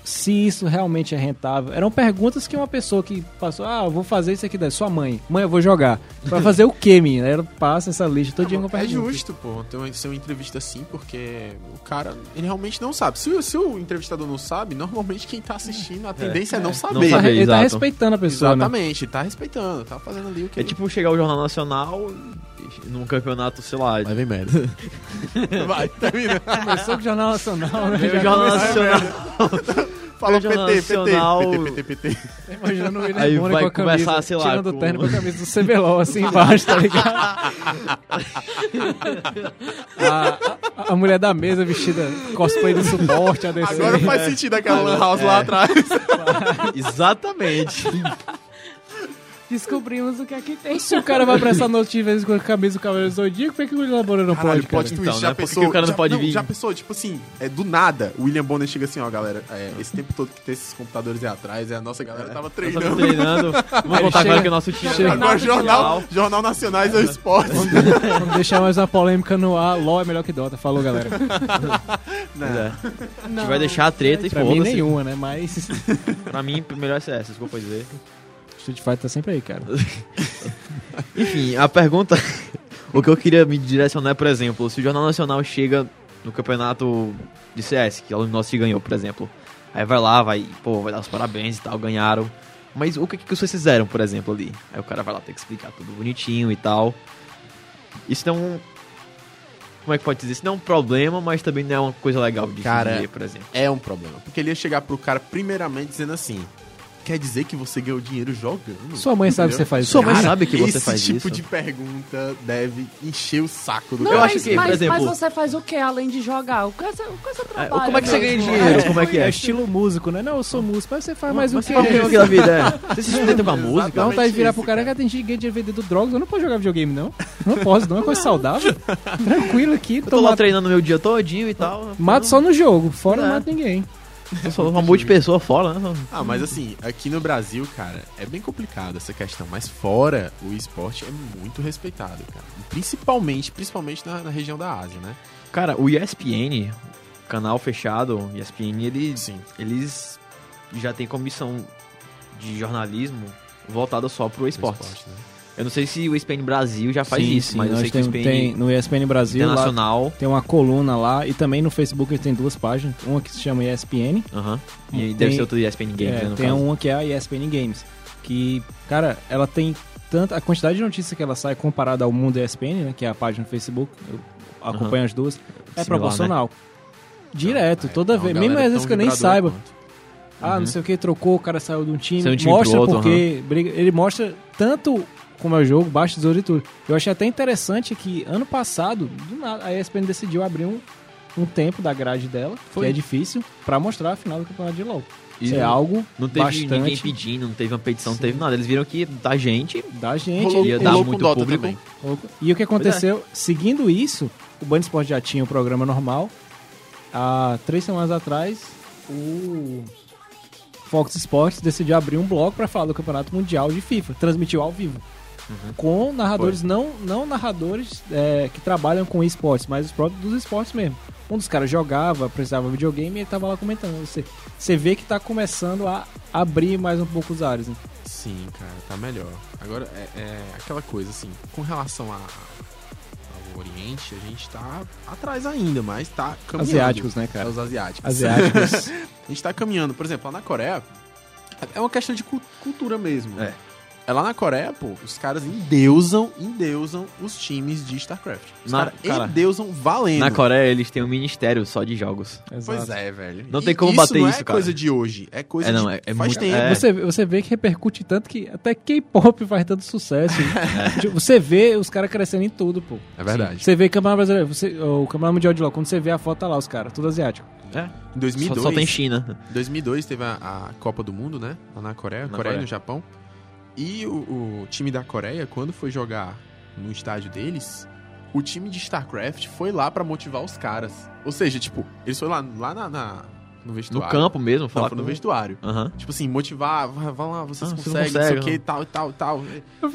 se isso realmente é rentável. Eram perguntas que uma pessoa que passou, ah, eu vou fazer isso aqui daí, sua mãe, mãe, eu vou jogar. Vai fazer o quê, menina? Ela passa essa lista todo dia com a
é
pergunta.
justo, pô, ter uma, ser uma entrevista assim, porque o cara, ele realmente não sabe. Se, o- se o entrevistador não sabe, normalmente quem tá assistindo, a tendência é, não
Ele
saber.
tá,
saber,
ele tá
exato.
respeitando a pessoa, né?
Exatamente, tá respeitando, tá fazendo ali o que
É tipo chegar ao Jornal Nacional e- num campeonato, sei lá.
Vai, vem merda. Vai, termina.
Começou com o Jornal Nacional, né?
Veio o
Já
Jornal Nacional.
Fala
Jornal
PT, PT,
Nacional.
PT, PT, PT.
Imaginando o William
Aí
Bonner
vai
com a camisa,
começar, sei lá,
tirando o
com-
terno com a camisa do CBLOL, assim embaixo, tá ligado? a, a- a mulher da mesa vestida cosplay do suporte, a DC.
Agora faz sentido aquela lan house lá atrás.
Exatamente.
Descobrimos o que aqui tem.
Se o cara vai pra essa noite de vez em quando com a camisa do Cavaleiro do Zodíaco, por que que o William Bonner não
Caralho,
pode,
plot
cara?
twist,
Então,
já
né? Por que
pensou...
que o cara não
já-
pode vir?
Já pensou, tipo assim, é, do nada, o William Bonner chega assim, ó, galera, é, esse tempo todo que tem esses computadores aí atrás, é, a nossa galera tava
Estamos
treinando.
treinando. Vamos
Aí
contar agora
chega-
que o nosso time. é
chega-
Agora, jornal, jornal Nacionais é o esporte.
Vamos deixar mais uma polêmica no ar. LOL é melhor que Dota. Falou, galera.
É. A
Não.
gente vai deixar a treta e
Pra mim,
foda-se.
nenhuma, né? Mas Street
Pra mim, melhor é CS, desculpa dizer.
Fighter tá sempre aí, cara.
Enfim, a pergunta. o que eu queria me direcionar é, por exemplo, se o Jornal Nacional chega no campeonato de CS, que é o nosso que ganhou, por exemplo. Aí vai lá, vai, pô, vai dar os parabéns e tal, ganharam. Mas o que, que vocês fizeram, por exemplo, ali? Aí o cara vai lá ter que explicar tudo bonitinho e tal. Isso não é um. Como é que pode dizer? Isso não é um problema, mas também não é uma coisa legal de se
Cara,
ver, por exemplo.
É um problema. Porque ele ia chegar pro cara primeiramente dizendo assim: Quer dizer que você ganhou dinheiro jogando?
Sua mãe sabe que você
Entendeu?
faz
Sua
isso.
mãe
Cara,
sabe que você
esse
faz
tipo
isso.
de pergunta deve encher o saco do
Não,
cara.
Eu
mas,
acho que, por
mas,
exemplo-
mas você faz o que além de jogar? O que você, o que você
É,
trabalha?
como é que você ganha
mesmo?
dinheiro? Como é que
É
é?
estilo músico, né? Não, eu sou músico, mas você faz mais o é
Mas
quê?
fala um pouquinho da vida, é. Você se sustenta com a
Exato.
música?
Dá vontade de tá virar
isso,
pro cara, cara, tem gente que ganha vendendo drogas, eu não posso jogar videogame, não. Não posso, não, é coisa saudável. Tranquilo aqui,
Eu tô lá
toma...
treinando meu dia todinho e tal.
mato só no jogo, fora
É.
não mato ninguém.
Eu sou um monte de pessoa fora, né?
Ah, mas assim, aqui no Brasil, cara, é bem complicado essa questão. Mas fora, o esporte é muito respeitado, cara. Principalmente, principalmente na, na região da Ásia, né?
Cara, o ESPN, canal fechado, ESPN, eles,
Sim.
eles já tem comissão de jornalismo voltada só pro esporte.
né?
Eu não sei se o ESPN Brasil já faz isso, mas eu sei que o
tem,
ESPN
tem no ESPN Brasil lá,
Internacional...
tem uma coluna lá e também no Facebook eles têm duas páginas, uma que se chama ESPN,
Aham. E
Tem-
deve ser outro ESPN Games,
é,
né, no
tem
caso.
uma que é a ESPN Games, que, cara, ela tem tanta a quantidade de notícias que ela sai comparada ao mundo ESPN, né, que é a página do Facebook, eu acompanho as duas, é
Similar,
proporcional. Direto,
Então,
toda
é uma
vez,
galera
mesmo às
tão
vezes que eu nem
vibradora
saiba.
quanto.
Ah,
Uhum.
não sei o que, trocou, o cara saiu de um time.
Saiu de um time
mostra
pro outro,
porque. briga- ele mostra tanto como é o jogo, baixo tesouro e tudo. Eu achei até interessante que ano passado, do nada, a ESPN decidiu abrir um, um tempo da grade dela,
Foi.
que é difícil, pra mostrar a final do campeonato de LOL. Isso
E
é algo
Não teve
bastante
ninguém pedindo, não teve uma petição,
Sim.
não teve nada. Eles viram que da gente
da gente.
Rolou-
ia
rolou
dar
com
muito
Dota
público.
também.
E o que aconteceu, seguindo isso, o Band Esporte já tinha o programa normal. Há três semanas atrás, o Fox Sports decidiu abrir um bloco para falar do Campeonato Mundial de FIFA. Transmitiu ao vivo. Com narradores, não, não narradores é, que trabalham com esportes, mas os próprios dos esportes mesmo. Um dos caras jogava, precisava de videogame e ele tava lá comentando. Você, você vê que tá começando a abrir mais um pouco os áreas. Né?
Sim, cara, tá melhor. Agora, é, é aquela coisa, assim, com relação a- ao Oriente, a gente tá atrás ainda, mas tá caminhando.
Asiáticos, né,
É,
cara?
os asiáticos.
Asiáticos.
a gente tá caminhando. Por exemplo, lá na Coreia, é uma questão de cu- cultura mesmo.
É.
É lá na Coreia, pô, os caras endeusam, endeusam os times de StarCraft. Os
Na-
caras
cara,
endeusam valendo.
Na Coreia, eles têm um ministério só de jogos.
Pois
Exato.
é, velho.
Não tem como bater
não
isso,
é
cara.
coisa de hoje, é coisa
É, não,
de
é- é
faz
muito-
tempo. assim,
é.
Você, você vê que repercute tanto que até K-pop faz tanto sucesso. Tipo, você vê os caras crescendo em tudo, pô.
É verdade.
Você vê Campeonato Brasileiro, você, o Campeonato Mundial de LoL, quando você vê a foto, tá lá os caras, tudo asiático.
Em
Só,
2002,
só tem China.
2002 teve a, a Copa do Mundo, né? Lá na Coreia,
Na
Coreia e
Coreia.
no Japão. E o, o time da Coreia, quando foi jogar no estádio deles, o time de StarCraft foi lá pra motivar os caras. Ou seja, tipo, eles foram lá, lá na, na- no
No
vestuário.
campo mesmo,
Não,
falar
foi
com-
no vestuário.
Aham.
Tipo assim, motivar, vai, vai lá, vocês
Ah, você
conseguem,
consegue,
não sei o que,
não.
tal e tal e tal.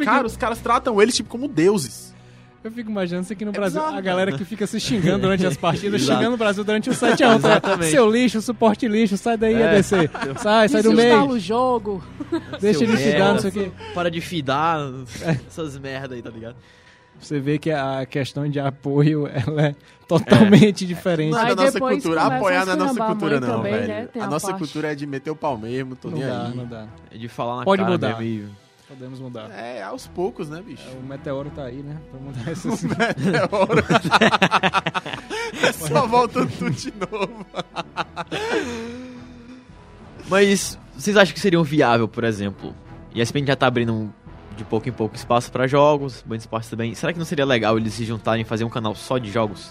Cara, os caras tratam eles tipo como deuses.
Eu fico imaginando isso aqui no Brasil.
é bizarro,
a galera que fica se xingando durante as partidas,
Exato.
xingando o Brasil durante o 7x1.
Exatamente.
né? Seu lixo, suporte lixo, sai daí,
É.
ADC. Sai, sai do
Desinstala
meio.
o jogo.
Deixa
Seu
ele xingar, não
merda.
sei o quê.
Para de fidar essas merda aí, tá ligado?
Você vê que a questão de apoio ela é totalmente diferente.
Não é
Aí
da nossa
depois
cultura.
começa
Apoiar
a
não é nossa
esculhambar a
cultura,
mãe
não,
também,
velho.
né? Tem
A
a
nossa
parte.
cultura é de meter o pau mesmo, tô
Não
nem
dá,
aí.
não dá.
É de falar na
Pode
cara
mudar.
mesmo e-
Podemos mudar.
É, aos poucos, né, bicho?
O meteoro tá aí, né? Pra mudar essa
É hora. É Só volta tudo de novo.
Mas vocês acham que seria um viável, por exemplo? E a ESPN já tá abrindo um- de pouco em pouco espaço pra jogos, Band Esportes também. Será que não seria legal eles se juntarem e fazer um canal só de jogos?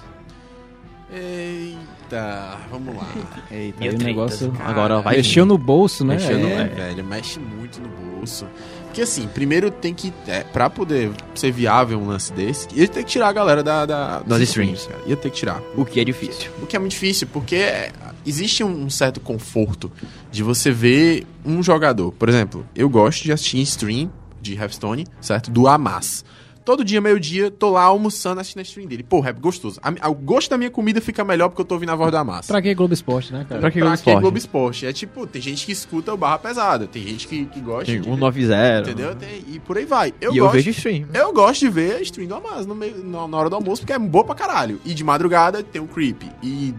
Eita, vamos lá.
Eita,
Mil
aí
trinta,
o
assim.
negócio
cara.
Agora vai
mexeu no bolso, né?
Mexeu no-
É.
É, velho, mexe muito no bolso. Porque assim, primeiro tem que. É, pra poder ser viável um lance desse, ia ter que tirar a galera da, da- das
streams.
streams, cara. Ia ter que tirar.
O que é difícil.
O que é muito difícil, porque é, existe um certo conforto de você ver um jogador. Por exemplo, eu gosto de assistir em stream de Hearthstone, certo? Do Hamas. Todo dia, meio-dia, tô lá almoçando, assistindo a stream dele. Pô, é gostoso. A mi- o gosto da minha comida fica melhor porque eu tô ouvindo a voz do Hamas.
Pra que Globo Esporte, né, cara?
Pra que Globo Esporte?
Globo Esporte? É tipo, tem gente que escuta o Barra Pesada, tem gente que, que gosta.
Tem
de-
um 9-0.
né? Entendeu? Tem- e por aí vai. Eu
e eu
gosto
vejo stream.
eu gosto de ver a stream do Amaz no meio- na na hora do almoço, porque é boa pra caralho. E de madrugada tem um creep. E,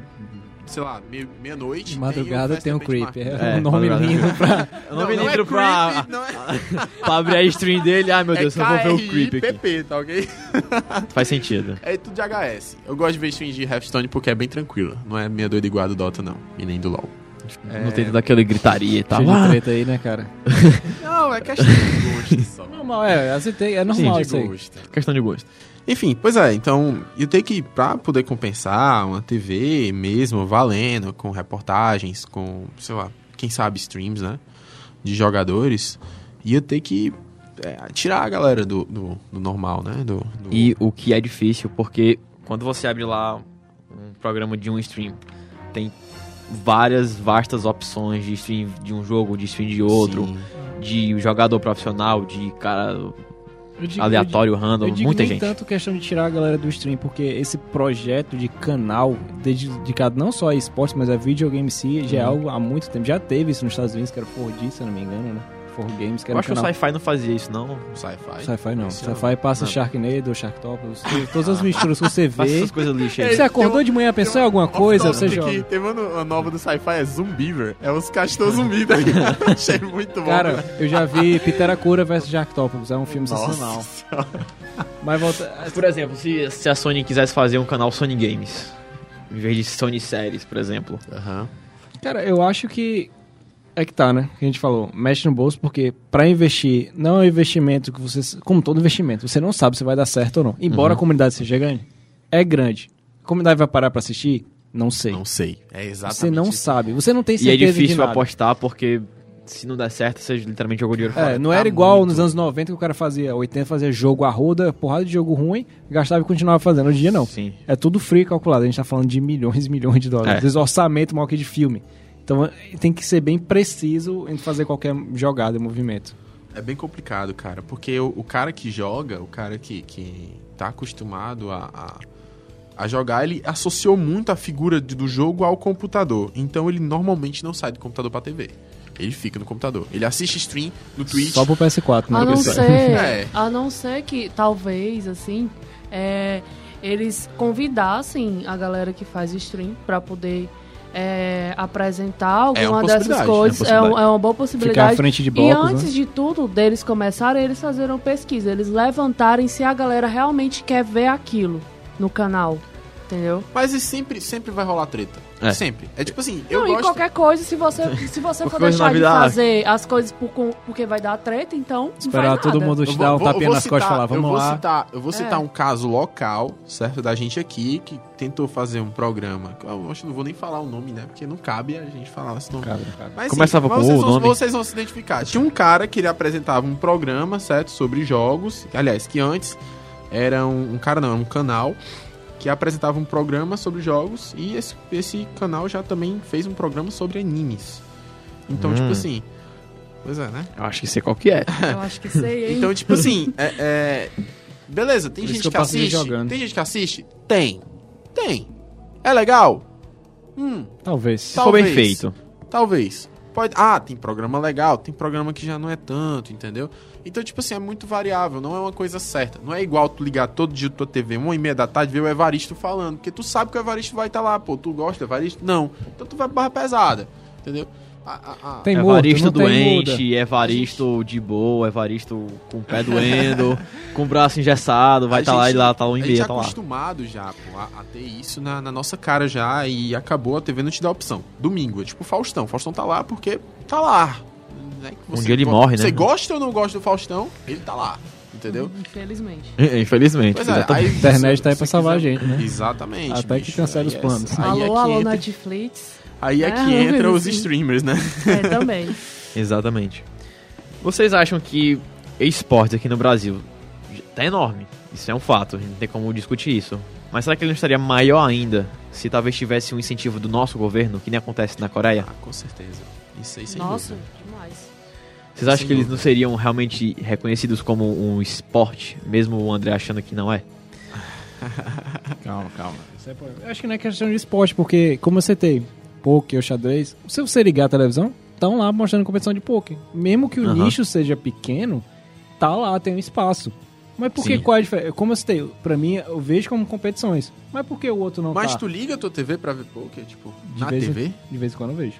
sei lá, me- meia-noite.
De madrugada tem um creep.
creep.
É
É,
um nome
madrugada.
lindo pra.
Eu não, me lembro pra,
Não é,
pra abrir a stream dele. Ai meu
é
Deus, eu vou ver o creep aqui.
KRIPP, tá ok?
Faz sentido.
É tudo de HS. Eu gosto de ver stream de Hearthstone porque é bem tranquila. Não é meia doida igual a do Dota, não. E nem do LoL.
Não tem toda aquela gritaria e tal.
Cheio de
Ah,
treta aí, né, cara?
Não, é questão de gosto só.
Normal, é. aceitei, É normal
De
isso aí.
gosto.
questão de gosto.
Enfim, pois é, então eu tenho que, pra poder compensar, uma TV mesmo, valendo, com reportagens, com, sei lá, quem sabe streams, né? De jogadores, ia ter que é, tirar a galera do, do, do normal, né? Do, do-
E o que é difícil, porque quando você abre lá um programa de um stream, tem várias vastas opções de stream de um jogo, de stream de outro,
Sim.
de jogador profissional, de cara
Eu digo-
aleatório,
Eu digo,
random,
eu digo
muita
nem
gente.
tanto questão de tirar a galera do stream, porque esse projeto de canal dedicado não só a esportes, mas a videogame em si, já é
Uhum.
algo há muito tempo. Já teve isso nos Estados Unidos, que era 4D, se eu não me engano, né? 4Games,
Eu
que era um
acho que é o
canal...
sci-fi não fazia isso, não.
Sci-fi.
Sci-Fi não.
Esse não.
Sci-Fi passa
Não.
Sharknado, Sharktopus, todas as misturas que você
Faça
vê.
essas coisas um- lixas aí.
Você acordou de manhã, pensou em alguma coisa,
Off-topic
você joga.
aqui, Teve uma, uma nova do sci-fi, é Zumbiver. É os castores zumbi, tá ligado? Achei muito bom.
Cara, eu já vi Pteracura vs Sharktopus, é um filme
Nossa.
sensacional. Mas volta...
Por exemplo, se, se a Sony quisesse fazer um canal Sony Games, em vez de Sony Séries, por exemplo.
Aham.
Cara, eu acho que é que tá, né? Que a gente falou, mexe no bolso porque pra investir não é um investimento que você, como todo investimento, você não sabe se vai dar certo ou não. Embora
Uhum.
a comunidade seja grande, é grande. A comunidade vai parar pra assistir? Não sei.
Não sei. É exatamente
você não
isso.
sabe. Você não
E
tem
é
certeza de
difícil
nada.
apostar, porque se não der certo, você literalmente jogou dinheiro fora.
É, não era
Tá
igual
muito.
nos anos 90 que o cara fazia 80, fazia jogo a roda, porrada de jogo ruim, gastava e continuava fazendo. Hoje em dia não.
Sim.
É tudo frio e calculado. A gente tá falando de milhões e milhões de dólares.
É.
Às vezes orçamento maior que de filme. Então tem que ser bem preciso em fazer qualquer jogada, movimento.
É bem complicado, cara, porque o, o cara que joga, o cara que, que tá acostumado a, a, a jogar, ele associou muito a figura de- do jogo ao computador. Então ele normalmente não sai do computador pra TV. Ele fica no computador. Ele assiste stream no Twitch.
Só pro PS4, né?
A não
Isso é. É.
ser, a não ser que talvez assim, é, eles convidassem a galera que faz stream pra poder é, apresentar
É uma
alguma dessas
possibilidade,
coisas.
é uma possibilidade.
É, um- é uma
Ficar à
boa possibilidade.
frente de
E
blocos,
antes
né?
de tudo deles começarem, eles fizeram pesquisa, eles levantarem se a galera realmente quer ver aquilo no canal, entendeu?
Mas e sempre, sempre vai rolar treta.
É.
Sempre. É tipo assim, eu
Não, e
gosto.
qualquer coisa, se você, se você
Qualquer
for
coisa na
deixar de
vida, ah,
fazer as coisas por con- porque vai dar treta, então não
Esperar
faz
todo
nada.
mundo
Eu
te
vou-
dar um
vou- eu
tapinha
vou
nas costas e
citar-
falar,
eu
vamos
vou
lá.
Citar, eu vou citar
É.
um caso local, certo? Da gente aqui, que tentou fazer um programa. Eu acho que não vou nem falar o nome, né? Porque não cabe a gente falar esse nome.
Cara, cara.
Mas,
Começava
mas
com
vocês
o
vão,
nome.
Vocês vão se identificar. Tinha um cara que ele apresentava um programa, certo? Sobre jogos. Aliás, que antes era um, um cara, não, era um canal que apresentava um programa sobre jogos e esse, esse canal já também fez um programa sobre animes. Então,
Hum.
tipo assim. Pois é, né?
Eu acho que sei qual que é.
Eu acho que sei, hein?
Então, tipo assim, é, é, beleza, tem
Por isso
gente
que
que,
eu passo o dia
assiste.
jogando.
Tem gente que assiste? Tem. Tem. É legal? Hum,
Talvez.
Se for bem
Talvez.
feito.
talvez. Pode... Ah, tem programa legal, tem programa que já não é tanto, entendeu? Então, tipo assim, é muito variável, não é uma coisa certa. Não é igual tu ligar todo dia tua TV, uma e meia da tarde, ver o Evaristo falando, porque tu sabe que o Evaristo vai estar lá, pô, tu gosta do Evaristo? Não. Então tu vai pra barra pesada, entendeu? Ah, ah, ah.
Tem muda,
Evaristo
não tem muda.
doente, Evaristo de boa, Evaristo com o pé doendo, com o braço engessado, vai
A
estar tá lá e
gente-
lá, tá um
A
e
gente é
meia, tá lá.
acostumado já pô, a, a ter isso na, na nossa cara já e acabou a TV não te dá opção. Domingo, é tipo Faustão. Faustão tá lá porque tá lá. Não é que
dia ele morre, né?
Você gosta ou não gosta do Faustão, ele tá lá. Entendeu?
Uhum, Infelizmente.
Infelizmente. exatamente.
é, aí,
A internet tá aí
se
pra
você
salvar a gente, né?
Exatamente.
Até que
bicho,
cancela
aí
os
é-
planos.
Aí é
alô,
que
alô,
entra,
Netflix.
aí é que
É,
entra os
assim.
streamers, né?
É, também.
Exatamente. Vocês acham que esportes aqui no Brasil tá enorme? Isso é um fato, a gente não tem como discutir isso. Mas será que ele não estaria maior ainda se talvez tivesse um incentivo do nosso governo, que nem acontece na Coreia?
Ah, com certeza. Isso aí sem
Nossa,
dúvida.
demais.
Vocês acham
Sem
que eles não seriam realmente reconhecidos como um esporte, mesmo o André achando que não é?
Calma, calma. Eu acho que não é questão de esporte, porque, como eu citei, poker, xadrez, se você ligar a televisão, estão lá mostrando competição de poker. Mesmo que o
Aham.
nicho seja pequeno, tá lá, tem um espaço. Mas por que
Sim.
qual é a diferença? Como eu citei, pra mim, eu vejo como competições. Mas por que o outro não
Mas
tá?
tu liga a tua TV pra ver poker, tipo,
De
na
vez em-
TV?
De vez em quando eu vejo.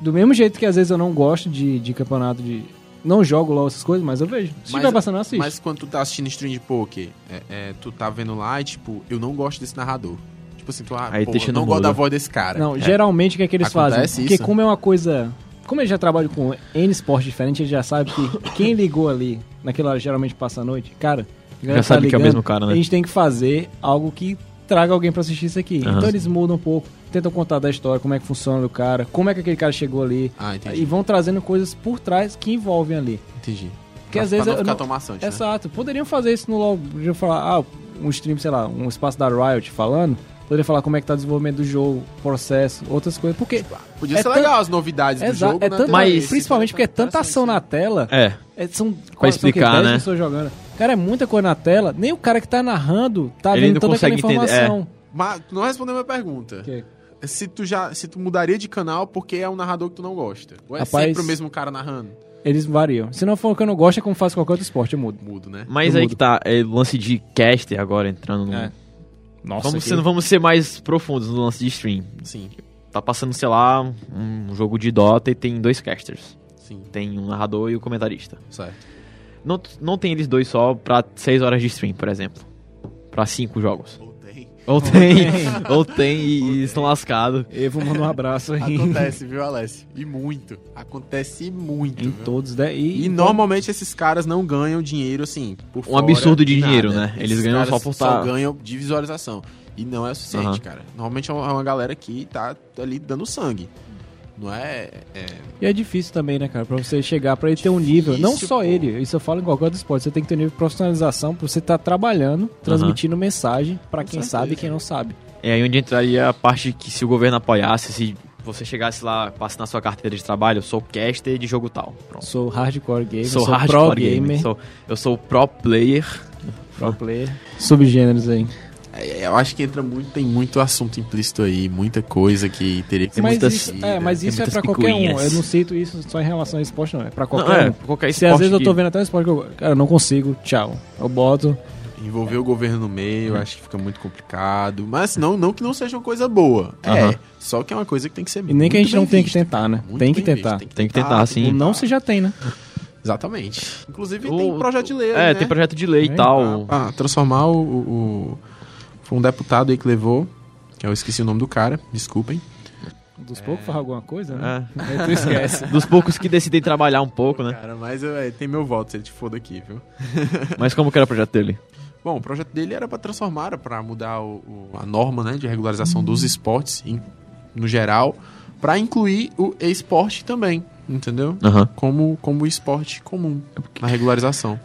Do mesmo jeito que às vezes eu não gosto de, de campeonato de. Não jogo lá essas coisas, mas eu vejo. Se
Mas-
tiver passando, eu assisto.
Mas quando tu tá assistindo stream de poker, é, é, tu tá vendo lá e tipo, eu não gosto desse narrador. Tipo assim, tu, ah,
Aí
pô,
deixa
eu não
no
gosto
mudo.
da voz desse cara.
Não,
É.
geralmente o que é que eles
Acontece
fazem? Porque
isso.
como é uma coisa. Como eles já trabalham com N esporte diferente, eles já sabem que quem ligou ali, naquela hora geralmente passa a noite, cara, a galera tá
Já sabe que é o
ligando,
mesmo cara,
A
né?
gente tem que fazer algo que traga alguém pra assistir isso aqui.
Aham.
Então eles mudam um pouco, tentam contar da história, como é que funciona o cara, como é que aquele cara chegou ali.
Ah,
E
entendi.
vão trazendo coisas por trás que envolvem ali.
entendi.
Porque
Pra-
às vezes
pra
eu
não ficar
não-
tão maçante, né?
Exato. Poderiam fazer isso no LoL. Poderiam falar, ah, um stream, sei lá, um espaço da Riot falando. Poderiam falar como é que tá o desenvolvimento do jogo, processo, outras coisas. Porque,
Podia
É
ser
tan-
legal as novidades do
exato,
jogo,
é
né?
tanto,
Mas-
principalmente porque é tanta ação na tela.
É,
é- são quase
explicar, né?
pessoas jogando. Cara, é muita coisa na tela. Nem o cara que tá narrando tá
Ele
vendo
não
toda aquela
consegue entender,
informação.
Mas tu não respondeu minha pergunta.
Que-
Se tu já, se tu mudaria de canal porque é um narrador que tu não gosta. Ou é
Rapaz-
sempre o mesmo cara narrando?
Eles variam. Se não for o que eu não gosto, é como faz qualquer outro esporte, eu mudo.
Mudo, né?
mas
No
aí
mudo.
que tá, é o lance de caster agora entrando no...
É. Nossa,
Vamos,
que-
ser, vamos ser mais profundos no lance de stream.
Sim,
Tá passando, sei lá, um jogo de Dota e tem dois casters.
sim,
Tem um narrador e o comentarista.
certo.
Não, não tem eles dois só pra 6 horas de stream, por exemplo. Pra 5 jogos.
Ou tem.
Ou tem, ou tem e, e estão lascados.
Eu vou mandar um abraço aí.
Acontece, viu, Alessio? E muito. Acontece muito. viu?
em
Então,
todos, né? E,
E normalmente esses caras não ganham dinheiro assim. Por
Um absurdo de
nada.
dinheiro, né? Eles
Esses
ganham
caras
só por
Só
tá-
ganham de visualização. E não é o suficiente,
Aham.
cara. Normalmente é uma é uma galera que tá ali dando sangue. Não é. é-
E é difícil também, né, cara? Pra você chegar pra ele ter um nível. Não
Difícil,
só
pô.
ele, isso eu falo em qualquer outro esporte. Você tem que ter um nível de profissionalização pra você estar trabalhando, transmitindo mensagem pra
Com
quem
certeza.
sabe e quem não sabe.
É aí onde entraria a parte que se o governo apoiasse, se você chegasse lá, passe na sua carteira de trabalho, eu sou caster de jogo tal. Pronto.
Sou hardcore gamer,
Sou,
sou,
hardcore
pro gamer,
gamer. sou- eu sou pro player.
pro player. Subgêneros aí.
é- Eu acho que entra muito. Tem muito assunto implícito aí, muita coisa que teria que ser
mas
muitas-
isso, é, mas
tem
isso é
muitas
pra qualquer um.
picuinhas.
Eu não cito isso só em relação a esporte, não. É pra
não,
qualquer
é,
um.
qualquer
Se às
esporte
vezes eu tô
que-
vendo até um esporte que eu. Cara, eu não consigo, tchau. Eu boto.
Envolver o governo no meio, eu acho que fica muito complicado. Mas não, não que não seja uma coisa boa.
Aham.
É. Só que é uma coisa que tem que ser
E nem que a
muito
gente não
bem
tenha que
vista.
tentar, né?
Muito
Tem que
bem
tentar.
vista,
Tem que tentar, sim.
O não você já tem, né?
Exatamente. Inclusive
O-
tem projeto de lei.
É,
aí, né?
tem projeto de lei e
Tem,
tal.
Ah, transformar o, o- o- Foi um deputado aí que levou. Que eu esqueci o nome do cara, desculpem.
Dos poucos fala alguma coisa, né?
É.
Aí tu esquece.
Dos poucos que decidem trabalhar um pouco, né?
Cara, mas eu- é, tem meu voto se ele te foda aqui, viu?
Mas como que era o projeto dele?
Bom, o projeto dele era pra transformar, era pra mudar o- o- a norma né, de regularização dos esportes em- no geral, pra incluir o esporte também, entendeu?
Aham.
Como, como esporte comum na regularização.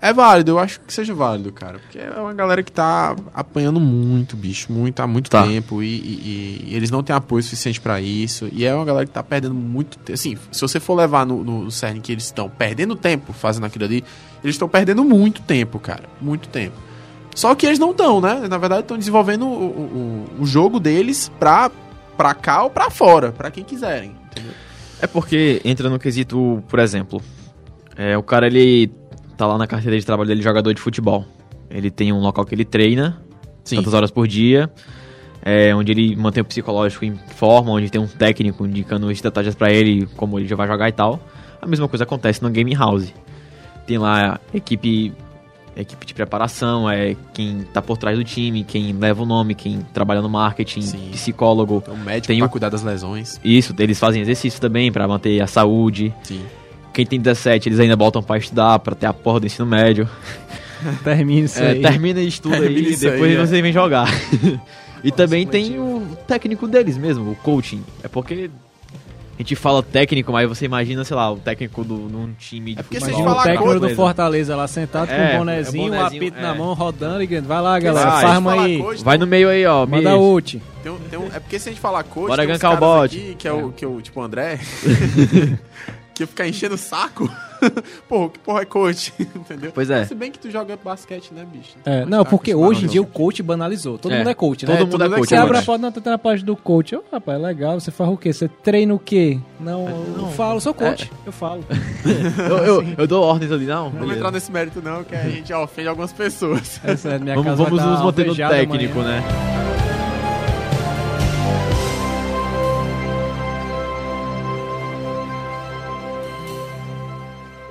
É válido, eu acho que seja válido, cara. Porque é uma galera que tá apanhando muito, bicho, muito, há muito
Tá.
tempo. E, e- e eles não têm apoio suficiente pra isso. E é uma galera que tá perdendo muito tempo. Assim, se você for levar no, no CERN que eles estão perdendo tempo fazendo aquilo ali, eles estão perdendo muito tempo, cara. Muito tempo. Só que eles não estão, né? Na verdade, estão desenvolvendo o, o- o- o jogo deles pra, pra cá ou pra fora, pra quem quiserem. Entendeu?
É porque entra no quesito, por exemplo, é, o cara ele tá lá na carteira de trabalho dele jogador de futebol. Ele tem um local que ele treina, tantas horas por dia, é, onde ele mantém o psicológico em forma, onde tem um técnico indicando estratégias pra ele, como ele já vai jogar e tal. A mesma coisa acontece no Game House. Tem lá a equipe, equipe de preparação, é quem tá por trás do time, quem leva o nome, quem trabalha no marketing,
Sim.
psicólogo.
Então, o médico
Tem
pra
o-
cuidar das lesões.
Isso, eles fazem exercício também pra manter a saúde.
Sim.
Quem tem 17, eles ainda botam pra estudar, pra ter a porra do ensino médio.
Termina isso
É,
aí.
termina e estuda aí,
Termina
e
isso aí,
depois
é.
você vem jogar. e também tem
coletivo.
o técnico deles mesmo, o coaching. É porque a gente fala técnico, mas você imagina, sei lá, o técnico de um time de
É porque se a gente
Imagina
falar
o técnico
coisa-
do Fortaleza lá sentado
É,
com o bonezinho,
é
o
bonezinho,
apito na
é. Ah,
mão, rodando e gritando. Vai lá, galera,
Vai.
farma
Falar
aí.
coach,
Vai no meio aí, ó.
Manda
Miss.
ult.
Tem um- tem um- é porque se a gente falar coach,
Bora
tem uns
gankar o
caras
bode.
aqui, que é, o, que é o tipo o André, que fica enchendo o saco. porra, que porra é coach? Entendeu?
Pois é.
Se bem que tu joga basquete, né, bicho?
É,
Mas
não,
tá,
porque
que os
hoje em
caras
dia o
não-
coach banalizou. Todo
É,
mundo é coach, né?
Todo mundo é
tudo é
coach.
Você abre a
agora.
porta, não, tá tá na página do coach. Ô, rapaz, legal, você faz o quê? Você treina o quê? Não, eu falo, sou coach.
É.
Eu falo.
eu, eu, eu dou ordens ali, não?
Não vou
Beleza.
entrar nesse mérito, não, que a gente já ofende algumas pessoas.
É sério, minha
Vamos,
casa vai
vamos
dar
nos manter no
alvejada
técnico,
amanhã.
né?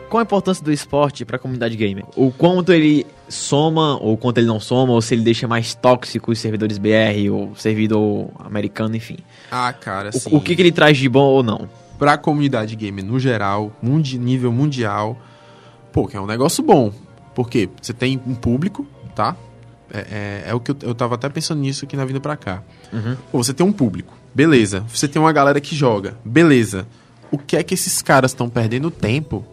Qual a importância do esporte pra comunidade gamer? O quanto ele soma, ou quanto ele não soma, ou se ele deixa mais tóxico os servidores BR, ou servidor americano, enfim.
Ah, cara,
O- O, que, que ele traz de bom ou não?
pra comunidade gamer no geral, mundi- nível mundial, pô, que é um negócio bom. Porque você tem um público, tá? É, é- é o que eu, eu tava até pensando nisso aqui na vinda pra cá.
Uhum.
Pô, você tem um público, beleza. Você tem uma galera que joga, beleza. O que é que esses caras estão perdendo tempo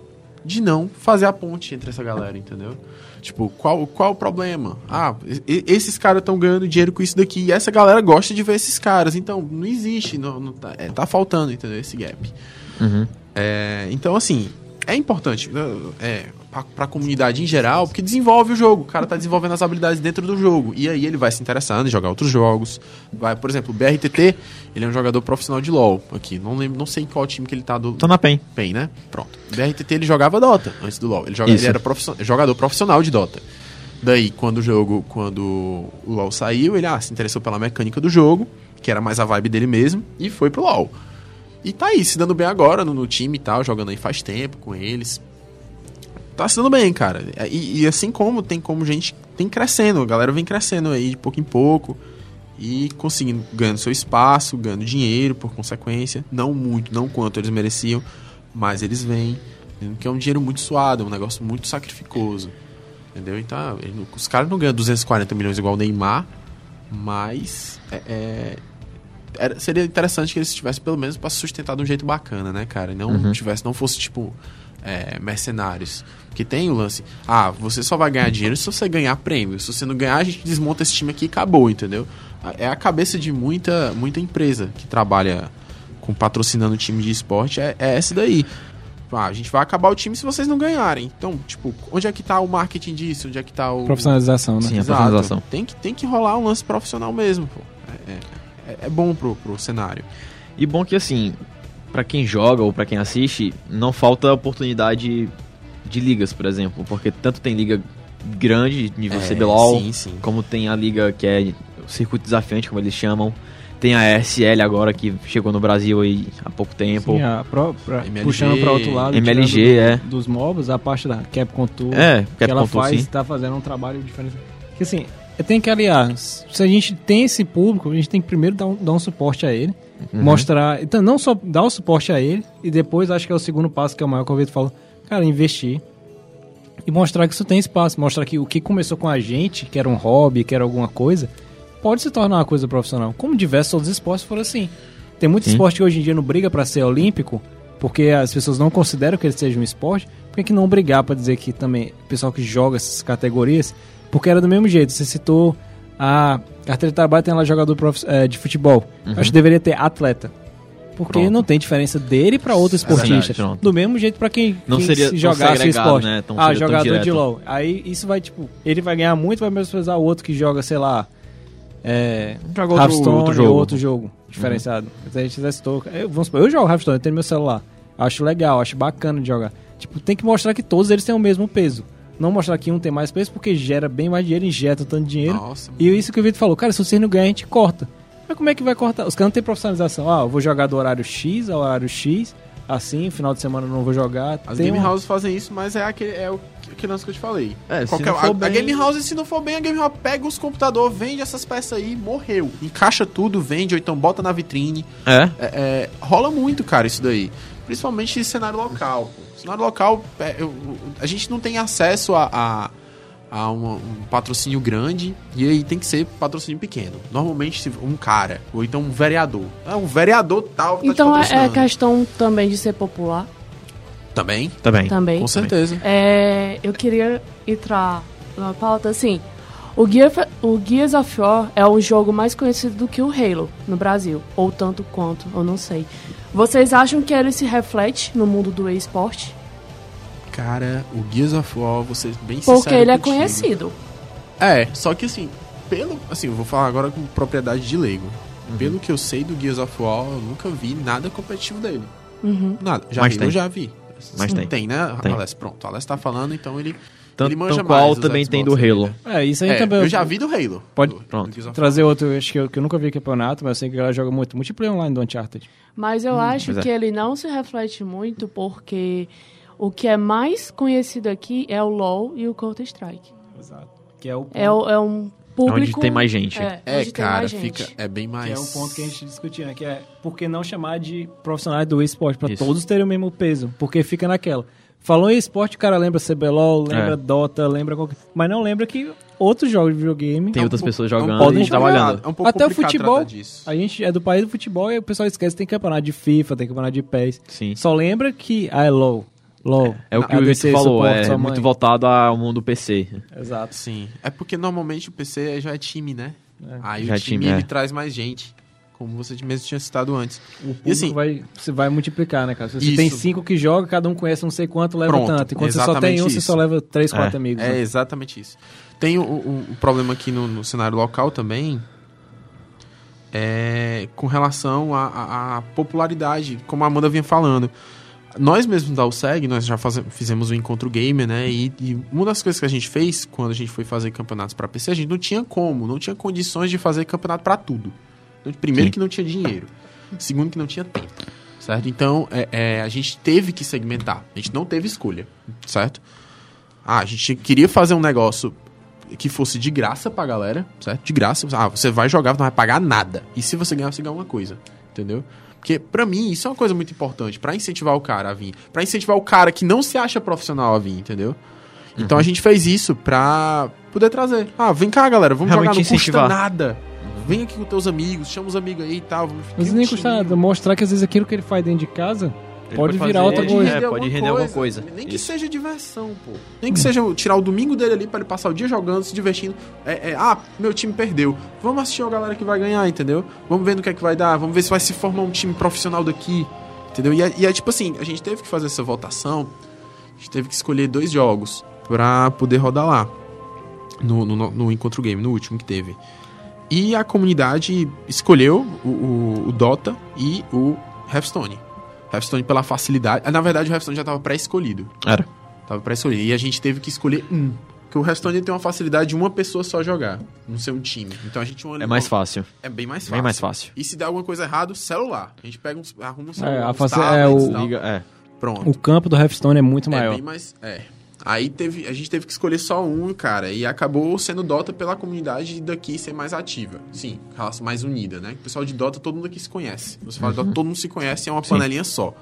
de não fazer a ponte entre essa galera, entendeu? Tipo, qual, qual o problema? Ah, e- esses caras estão ganhando dinheiro com isso daqui e essa galera gosta de ver esses caras. Então, não existe, não, não tá, é, tá faltando, entendeu? Esse gap.
Uhum.
É, então, assim, é importante né, é, pra, pra comunidade em geral, porque desenvolve o jogo. O cara tá desenvolvendo as habilidades dentro do jogo. E aí ele vai se interessando em jogar outros jogos. Vai, por exemplo, o BRTT, ele é um jogador profissional de LoL aqui. Não lembro, não sei qual time que ele tá do
Tô na PEN.
PEN, né? Pronto. O BRTT ele jogava Dota antes do LoL. Ele, joga,
Isso.
ele era profissio- jogador profissional de Dota. Daí, quando o jogo, quando o LoL saiu, ele ah, se interessou pela mecânica do jogo, que era mais a vibe dele mesmo, e foi pro LoL. E tá aí, se dando bem agora no, no time e tal, jogando aí faz tempo com eles. Tá se dando bem, cara. E, e assim como tem como gente tem crescendo, a galera vem crescendo aí de pouco em pouco e conseguindo ganhando seu espaço, ganhando dinheiro por consequência, não muito, não quanto eles mereciam, mas eles vêm, entendeu? que é um dinheiro muito suado, é um negócio muito sacrificoso. Entendeu? Então, ele não- os caras não ganham 240 milhões igual o Neymar, mas é, é, era- seria interessante que eles tivessem pelo menos pra se sustentar de um jeito bacana, né, cara? E Não tivesse, não fosse tipo é, mercenários. Porque tem o lance, ah, você só vai ganhar dinheiro se você ganhar prêmio. Se você não ganhar, a gente desmonta esse time aqui e acabou, entendeu? A- É a cabeça de muita, muita empresa que trabalha com patrocinando time de esporte, é, é essa daí. Ah, a gente vai acabar o time se vocês não ganharem. Então, tipo, onde é que tá o marketing disso? Onde é que tá o.
Profissionalização, né?
Sim, a
Exato.
personalização.
Tem que, tem que rolar um lance profissional mesmo, pô. É- É, é- é bom pro, pro cenário.
E bom que assim, pra quem joga ou pra quem assiste, não falta oportunidade de ligas, por exemplo, porque tanto tem liga grande, nível CBLOL,
É, Sim, sim.
como tem a liga que é o circuito desafiante, como eles chamam, tem a ESL agora que chegou no Brasil aí há pouco tempo.
Sim, a pró- pra-
MLG,
puxando pra outro lado.
MLG,
tirando do- Dos mobs, a parte da Capcom Tour.
é,
que ela
Capcom,
faz,
sim.
tá fazendo um trabalho diferente. Que assim, tem que aliar. Se a gente tem esse público, a gente tem que primeiro dar um, dar um suporte a ele.
Uhum.
Mostrar. Então, não só dar o suporte a ele, e depois acho que é o segundo passo, que é o maior que o Vitor falou. Cara, investir. E mostrar que isso tem espaço. Mostrar que o que começou com a gente, que era um hobby, que era alguma coisa, pode se tornar uma coisa profissional. Como diversos outros esportes foram assim. Tem muito
Sim.
esporte que hoje em dia não briga pra ser olímpico, porque as pessoas não consideram que ele seja um esporte, por que que não brigar pra dizer que também o pessoal que joga essas categorias, porque era do mesmo jeito. Você citou a carteira de trabalho tem lá jogador profi- eh, de futebol. Eu acho que deveria ter atleta. Porque
Uhum. Pronto.
não tem diferença dele pra outro esportista.
verdade, pronto.
do mesmo jeito pra quem,
Não
quem
seria
se
tão
jogasse o
segregado,
esporte.
né? Tão-
ah,
seria tão
jogador de
direto.
LOL. Aí isso vai, tipo, ele vai ganhar muito, vai menosprezar o outro que joga, sei lá. É,
Joga outro-
Hearthstone
outro
outro
jogo.
jogo. outro jogo diferenciado. Até A gente já citou. Eu, vamos supor, eu jogo Hearthstone, eu tenho meu celular. Acho legal, acho bacana de jogar. Tipo, tem que mostrar que todos eles têm o mesmo peso. Não mostrar que um tem mais peso, porque gera bem mais dinheiro, injeta tanto dinheiro.
Nossa,
E isso que o Vitor falou, cara, se vocês não ganharem, a gente corta. Mas como é que vai cortar? Os caras não têm profissionalização. Ah, eu vou jogar do horário X ao horário X, assim, final de semana eu não vou jogar.
As
Tem
game
um-
houses fazem isso, mas é aquele, é o que- aquele lance que eu te falei.
É, se
Qualquer-
não for
a, a
bem-
game house, se não for bem, a game house pega os computadores, vende essas peças aí, morreu. Encaixa tudo, vende, ou então bota na vitrine.
É?
É, é, rola muito, cara, isso daí. Principalmente em cenário local. pô. Cenário local, é, eu- a gente não tem acesso a, a- a uma- um patrocínio grande e aí tem que ser patrocínio pequeno. Normalmente se- um cara, ou então um vereador. É um vereador tal. que tá te
Então é- é
patrocinando.
questão também de ser popular,
Também,
Tá bem.
também.
com certeza.
É, eu queria entrar numa pauta assim. O, Gear, o Gears of War é um jogo mais conhecido do que o Halo no Brasil, ou tanto quanto, eu não sei. Vocês acham que ele se reflete no mundo do esporte?
Cara, o Gears of War, vocês bem
Porque
sincero
ele é
contigo.
conhecido.
É, só que assim, pelo. Assim, eu vou falar agora com propriedade de leigo.
Uhum.
Pelo que eu sei do Gears of War, eu nunca vi nada competitivo dele.
Uhum.
Nada. Já
Mas
vi,
tem.
eu já vi.
Mas
Sim,
tem.
né?
Tem.
Alex, pronto. O Alex tá falando, então ele. ele
Tanto,
manja
tanto qual
mais os
também tem do
Xbox né,
Halo.
dele.
É, isso aí
É,
também.
eu já vi do Halo.
Pode-
Do- do
Pronto.
Gears of War.
Trazer outro, eu acho que eu, que eu nunca vi campeonato, mas eu sei que ela joga muito multiplayer online do Uncharted.
Mas eu acho
pois é.
que ele não se reflete muito porque o que é mais conhecido aqui é o LoL e o Counter-Strike.
Exato. Que é o ponto,
É, o- é um público...
onde tem mais gente.
É,
É,
onde tem
cara,
mais gente.
fica. É bem mais.
que é
um
o ponto que a gente discutia, né? Que é por que não chamar de profissionais do esporte, pra
Isso.
todos terem o mesmo peso, porque fica naquela. Falou em esporte, o cara lembra CBLOL, lembra
É.
Dota, lembra qualquer... Mas não lembra que outros jogos de videogame...
Tem outras pessoas
É um
jogando
pouco
e
podem jogar.
trabalhando.
complicado, é um pouco
Até o
complicado
futebol.
tratar disso.
A gente é do país do futebol e o pessoal esquece que tem campeonato de FIFA, tem campeonato de PES.
Sim.
Só lembra que... Ah, é LOL. LOL.
É o que
Ah,
o
ADC
Vitor falou,
suporta
é
sua mãe.
muito voltado ao mundo PC.
Exato.
Sim. É porque normalmente o PC já é time, né? Aí
Já é
o time,
time,
ele
é.
traz mais gente. Como você mesmo tinha citado antes.
O público
E assim-
vai, você vai multiplicar, né, cara? Se você
Isso.
tem cinco que joga, cada um conhece não sei quanto, leva
Pronto,
tanto. E quando você só tem
exatamente
um, você
isso.
só leva três,
É.
quatro amigos.
É
né?
exatamente isso. Tem o, o- o problema aqui no, no cenário local também é com relação à- à à popularidade, como a Amanda vinha falando. Nós mesmos da USEG, nós já faze- fizemos um encontro gamer, né? E, e uma das coisas que a gente fez quando a gente foi fazer campeonatos para PC, a gente não tinha como, não tinha condições de fazer campeonato para tudo. Então, Primeiro
Sim.
que não tinha dinheiro, segundo que não tinha tempo, certo? Então é- é, a gente teve que segmentar, a gente não teve escolha, certo? Ah, a gente queria fazer um negócio que fosse de graça pra galera, certo? De graça. Ah, você vai jogar, você não vai pagar nada. E se você ganhar, você ganha uma coisa, entendeu? Porque pra mim isso é uma coisa muito importante pra incentivar o cara a vir, Pra incentivar o cara que não se acha profissional a vir, entendeu? Então a
Uhum.
gente fez isso pra poder trazer. Ah, vem cá, galera, vamos
Realmente
jogar, não
incentivar.
custa nada. Vem aqui com teus amigos, chama os amigos aí e tal. Vamos
Mas
cria um
nem custa
time.
nada mostrar que às vezes aquilo que ele faz dentro de casa
Ele
pode,
pode
virar
fazer-
outra
pode
coisa.
render. É, pode render alguma coisa.
Nem que
Isso.
seja diversão, pô. Nem que seja tirar o domingo dele ali pra ele passar o dia jogando, se divertindo. É, é, ah, meu time perdeu. Vamos assistir a galera que vai ganhar, entendeu? Vamos ver no que é que vai dar. Vamos ver se vai se formar um time profissional daqui. Entendeu? E é, e é tipo assim, a gente teve que fazer essa votação. A gente teve que escolher dois jogos pra poder rodar lá. No, no, no Encontro Game, no último que teve. E a comunidade escolheu o, o- o Dota e o Hearthstone. Hearthstone pela facilidade. Ah, Na verdade, o Hearthstone já estava pré-escolhido.
Era.
Tava pré-escolhido. E a gente teve que escolher um. Porque o Hearthstone ele tem uma facilidade de uma pessoa só jogar. Não ser um time. Então a gente... tinha Uma,
É mais fácil.
É bem mais fácil.
Bem mais fácil.
E se der alguma coisa errada, celular. A gente pega um... Arruma um celular,
a
uns
faci- é,
tablets e
o-
tal.
Liga, é.
Pronto.
O campo do Hearthstone é muito
É
maior.
bem mais. É. Aí teve, a gente teve que escolher só um, cara, e acabou sendo Dota pela comunidade daqui ser mais ativa. Sim, raça mais unida, né? O pessoal de Dota, todo mundo aqui se conhece. Você
Uhum.
fala Dota, todo mundo se conhece, é uma panelinha só.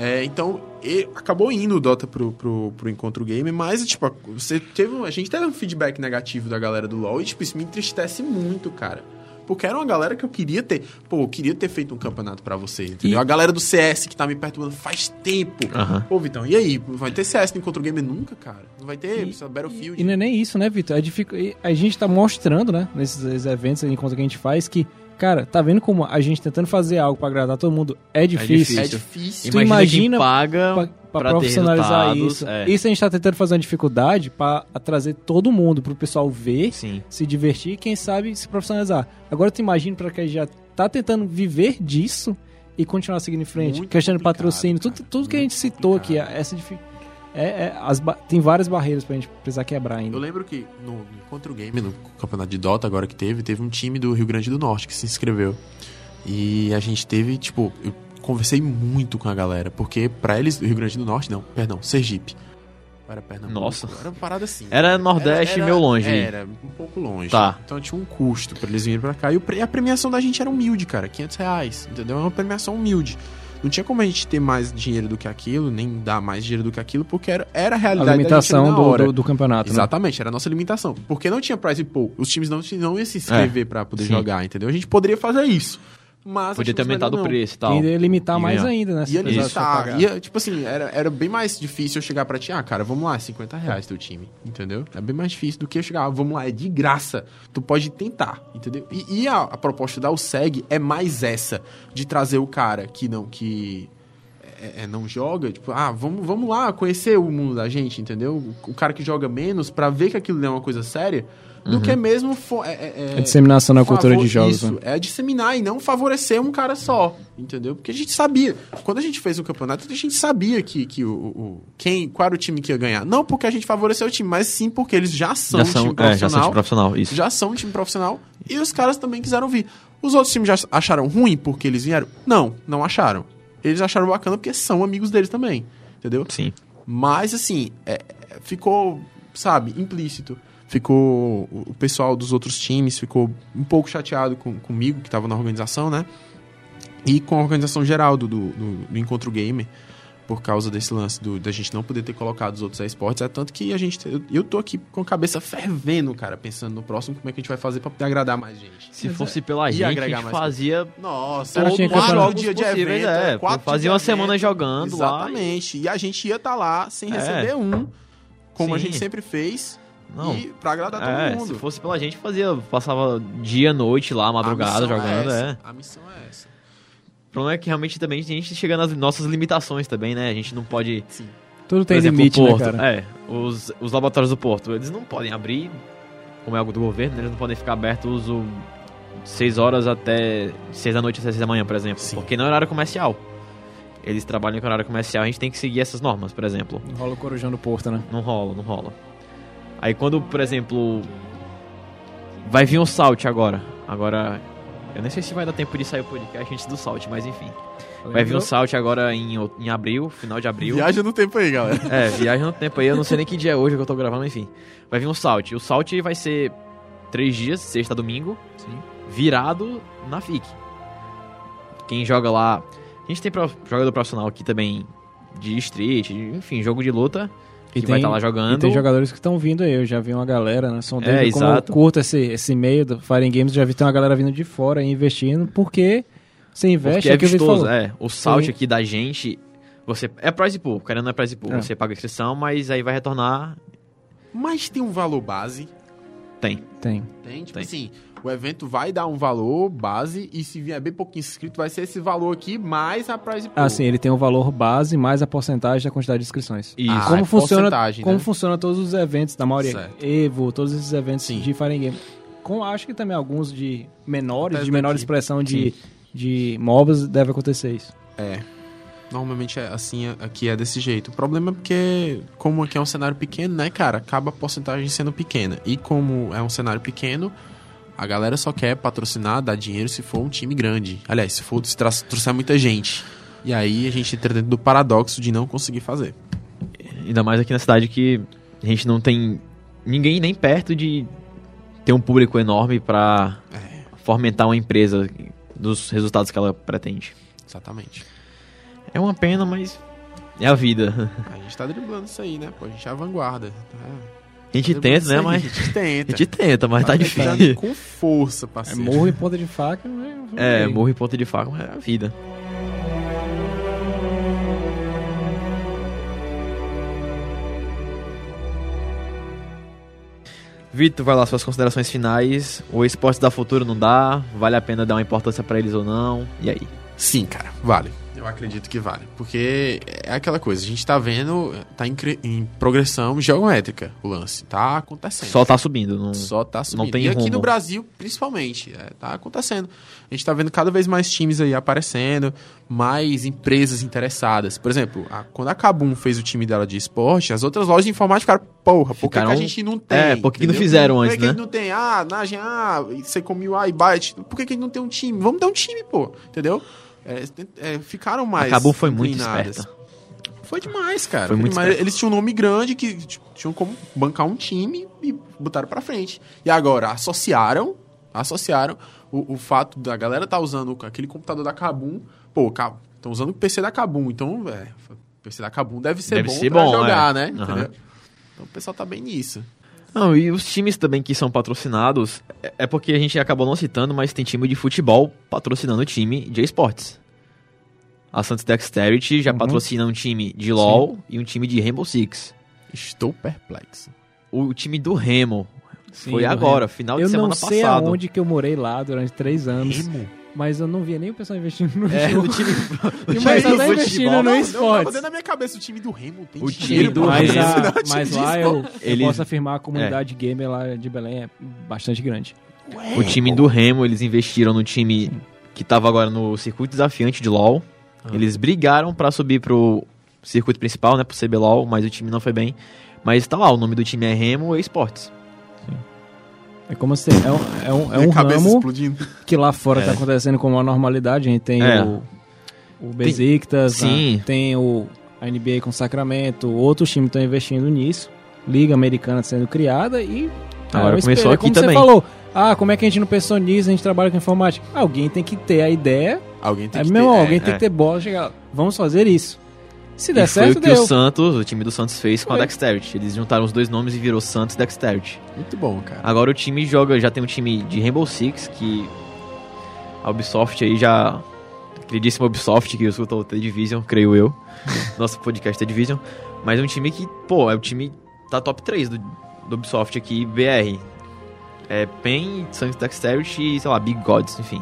É, então, e- acabou indo o Dota pro, pro, pro Encontro Game, mas, tipo, você teve, um- a gente teve um feedback negativo da galera do LoL e, tipo, isso me entristece muito, cara. porque era uma galera que eu queria ter. Pô, eu queria ter feito um campeonato pra você, entendeu? A galera do CS que tá me perturbando faz tempo.
Aham.
Pô, Vitão, e aí? Vai ter CS no Control Gamer nunca, cara? Não vai ter
E-
sei lá, Battlefield?
E não é nem isso, né, Vitor? A, dificu- e a gente tá mostrando, né, nesses eventos, encontros que a gente faz, que, cara, tá vendo como a gente tentando fazer algo pra agradar todo mundo é difícil.
difícil.
É difícil.
Tu imagina
quem paga
Pra, pra
pra ter
profissionalizar
resultados,
isso.
é.
Isso a gente tá tentando fazer uma dificuldade pra trazer todo mundo, pro pessoal ver,
Sim.
se divertir e, quem sabe, se profissionalizar. Agora tu imagina pra quem já tá tentando viver disso e continuar seguindo em frente.
Muito
Questão de
complicado,
patrocínio,
cara.
tudo, tudo que a
Muito
gente citou aqui,
complicado.
essa difi- é- é, as ba- tem várias barreiras pra gente precisar quebrar ainda.
Eu lembro que no, no Contra o Game, no campeonato de Dota agora que teve, teve um time do Rio Grande do Norte que se inscreveu. E a gente teve, tipo, eu conversei muito com a galera, porque pra eles, Rio Grande do Norte, não, perdão, Sergipe. Era Pernambuco.
Nossa.
Era uma parada assim.
Era Nordeste, meio longe.
Era, um pouco longe.
Tá.
Então tinha um custo pra eles virem pra cá. E o pre- a premiação da gente era humilde, cara. 500 reais, entendeu? É uma premiação humilde. Não tinha como a gente ter mais dinheiro do que aquilo, nem dar mais dinheiro do que aquilo, porque era, era a
a
realidade da
limitação
gente na
do,
hora.
do, do campeonato. né?
Exatamente, era a nossa limitação. Porque não tinha prize pool. Os times não, não iam se inscrever pra poder
É, sim.
jogar, entendeu? A gente poderia fazer isso. Mas
Podia ter aumentado o
preço.
preço e tal.
E limitar
E
mais
ganhar.
ainda, né? se
Ia
precisar
listar.
pagar.
Ia, tipo assim, era, era bem mais difícil eu chegar pra ti, ah, cara, vamos lá, 50 reais teu time, entendeu? É bem mais difícil do que eu chegar, ah, vamos lá, é de graça. Tu pode tentar, entendeu? E, e a, a proposta da USEG é mais essa, de trazer o cara que não, que é, é, não joga, tipo, ah, vamos, vamos lá conhecer o mundo da gente, entendeu? O, o cara que joga menos, pra ver que aquilo não é uma coisa séria,
Uhum.
do que mesmo... fo- é- é-
A disseminação na cultura
favor-
de jogos.
Isso,
né?
é disseminar e não favorecer um cara só, entendeu? Porque a gente sabia. Quando a gente fez o campeonato, a gente sabia que, que o, o- o- quem, qual era o time que ia ganhar. Não porque a gente favoreceu o time, mas sim porque eles já são
já
um time
são, é, já são
profissional.
time profissional, isso.
Já são um time profissional e os caras também quiseram vir. Os outros times já acharam ruim porque eles vieram? Não, não acharam. Eles acharam bacana porque são amigos deles também, entendeu?
Sim.
Mas, assim, é, é, ficou, sabe, implícito. Ficou. O o pessoal dos outros times ficou um pouco chateado com, comigo, que tava na organização, né? E com a organização geral do, do, do- do Encontro Gamer, por causa desse lance do, da gente não poder ter colocado os outros esportes. É tanto que a gente. Eu, eu tô aqui com a cabeça fervendo, cara, pensando no próximo como é que a gente vai fazer pra poder agradar mais gente.
Se fosse pela
Ia
gente, a
agregar
gente
mais
fazia
Nossa, era
todos os
é. Cara, tinha que preparar.
quatro
jogos
dias de
possíveis,
evento,
é.
era quatro
fazia
dias
uma
de
semana
evento.
jogando lá.
Exatamente. E a gente ia estar lá sem
É.
receber um, como a
Sim.
gente sempre fez,
e- Não.
e pra agradar
é,
todo mundo.
se fosse pela gente, fazia, passava dia, noite lá, madrugada
A missão
jogando,
é.
é.
essa. A missão é essa.
O problema é que realmente também a gente chega nas nossas limitações também, né? A gente não pode.
Tudo
Por
tem
exemplo,
limite,
o
né,
Porto,
cara?
É, os, os laboratórios do Porto, eles não podem abrir, como é algo do governo, né? eles não podem ficar abertos o, 6 horas até 6 da noite até 6 da manhã, por exemplo.
Sim.
Porque não é horário comercial. Eles trabalham com horário comercial, a gente tem que seguir essas normas, por exemplo.
Rola o corujão do Porto, né?
Não rola, não rola. Aí quando, por exemplo, vai vir um salt agora. Agora, eu nem sei se vai dar tempo de sair o podcast antes do salt, mas enfim. Vai vir um salt agora em, out- em abril, final de abril.
Viaja no tempo aí, galera.
É, viagem no tempo aí, eu não sei nem que dia é hoje que eu tô gravando, enfim. Vai vir um salt. O salt vai ser três dias, sexta a domingo,
Sim.
virado na FIC. Quem joga lá. A gente tem pro- jogador profissional aqui também de street, de- enfim, jogo de luta.
E
que vai
tem-
estar lá
E
jogando.
tem jogadores que estão vindo aí, eu já vi uma galera, né? São desde
É,
como
exato.
eu curto esse, esse meio do Fire Games, já vi que tem uma galera vindo de fora aí investindo, porque você investe,
Porque é
o Vitor
vistoso,
falou.
é. O salt
Sim.
aqui da gente. Você, é prize pool, cara, não é prize pool.
É. Ah,
Você paga a inscrição, mas aí vai retornar.
Mas tem um valor base.
Tem.
Tem.
Tem, tipo
Tem.
assim, o evento vai dar um valor base e se vier bem pouquinho inscrito, vai ser esse valor aqui mais a prize pool.
Ah, sim, ele tem o valor base mais a porcentagem da quantidade de inscrições.
Isso.
Ah,
como
é
funciona,
porcentagem,
como
né?
funciona todos os eventos da maioria,
Certo.
Evo, todos esses eventos
Sim.
de Fire Game. Com, acho que também alguns de menores,
Até
de menor
daqui.
expressão de, de MOBs deve acontecer isso.
Normalmente é assim, é- aqui é desse jeito. O problema é porque, como aqui é um cenário pequeno, né, cara, acaba a porcentagem sendo pequena. E como é um cenário pequeno, a galera só quer patrocinar, dar dinheiro se for um time grande. Aliás, se for se tra- trouxer muita gente. E aí a gente entra dentro do paradoxo de não conseguir fazer.
Ainda mais aqui na cidade que a gente não tem ninguém nem perto de ter um público enorme pra fomentar uma empresa dos resultados que ela pretende.
Exatamente.
É uma pena, mas é a vida.
A gente tá driblando isso aí, né? Pô, a gente é a vanguarda. tá?
A gente tenta, né? Mas.
A gente
A
tenta.
gente tenta, mas tá
Tá tentando
difícil.
Com força,
É
parceiro.
morro e ponta de faca. né?
É,
Ok.
morro e ponta de faca, mas é a vida. Vitor, vai lá, suas considerações finais. O esporte da futura não dá, vale a pena dar uma importância pra eles ou não. E aí?
Sim, cara, vale. Eu acredito que vale. Porque é aquela coisa, a gente tá vendo, tá em, cre- em progressão geométrica o lance. Tá acontecendo.
Só tá subindo, não.
Só tá subindo.
tem
e aqui
rumo.
no Brasil, principalmente, é, tá acontecendo. A gente tá vendo cada vez mais times aí aparecendo, mais empresas interessadas. Por exemplo, a- quando a Kabum fez o time dela de esporte, as outras lojas de informática ficaram, porra, por que que
Ficaram-
a gente não tem?
É, por que que não
Entendeu?
fizeram
por que
antes,
que a gente
né?
não tem? Ah, Nagem, ah, você comiu A e Byte. Por que que a gente não tem um time? Vamos dar um time, pô. Entendeu? É, é, ficaram mais
Acabou, foi muito
inclinadas.
esperta.
Foi demais, cara. Foi
Foi muito
demais.
esperto.
Eles tinham um nome grande que t- tinham como bancar um time e botaram pra frente. E agora, associaram, associaram o, o fato da galera tá usando aquele computador da Kabum. Pô, estão usando o PC da Kabum, então, é, o PC da Kabum deve ser
Deve
bom
ser
pra
bom,
jogar,
é.
né?
Aham.
Entendeu? Então o pessoal tá bem nisso.
Não, e os times também que são patrocinados, é- é porque a gente acabou não citando, mas tem time de futebol patrocinando o time de esportes. A Santos Dexterity já
Uhum.
patrocina um time de LoL e um time de Rainbow Six.
Estou perplexo.
O time do Remo
Sim,
foi
do
agora, final de
eu
semana
não sei
passado.
aonde que eu morei lá durante três anos,
Remo?
mas eu não via nem o pessoal investindo no
É,
jogo.
no time, no
E o
time
Mas
do
tá investindo
futebol.
no
Não,
esportes.
não, na minha cabeça, o time do Remo tem
O
dinheiro
time do
pra
mas
Remo.
patrocinar
a-
o time
mas
de
lá é eu, eu
Eles-
posso afirmar a comunidade
É.
gamer lá de Belém é bastante grande.
esportes.
É,
O time do Remo, eles investiram no time que tava agora no circuito desafiante de LoL.
Ah.
Eles brigaram pra subir pro circuito principal, né, pro CBLOL, mas o time não foi bem. Mas tá lá, o nome do time é Remo Esportes.
É como se é um, é um, é um
Minha cabeça
ramo
explodindo.
que lá fora
É.
tá acontecendo com uma normalidade. A gente tem
É.
o, o Besiktas, a-
Sim.
tem o a NBA com Sacramento, outros times estão investindo nisso. Liga Americana sendo criada e
Agora
é uma
começou
espera-
aqui
como
também.
Você falou, ah, como é que a gente não pensou nisso? A gente trabalha com informática. Alguém tem que ter a ideia.
Alguém tem
é
que
mesmo,
ter,
alguém
é,
tem
é.
que ter bola, chegar. lá, Vamos fazer isso. Se der
e foi
certo,
o que
deu.
o Santos, o time do Santos fez com a
Foi.
Dexterity. Eles juntaram os dois nomes e virou Santos Dexterity.
é Muito bom, cara.
Agora o time joga, já tem um time de Rainbow Six que a Ubisoft aí já queridíssima Ubisoft que escuta o The Division, creio eu. Nosso podcast The Division, mas é um time que, pô, é o time tá top 3 do, do Ubisoft aqui BR. É PEN, Sans Dexterity e sei lá, Big Gods, enfim.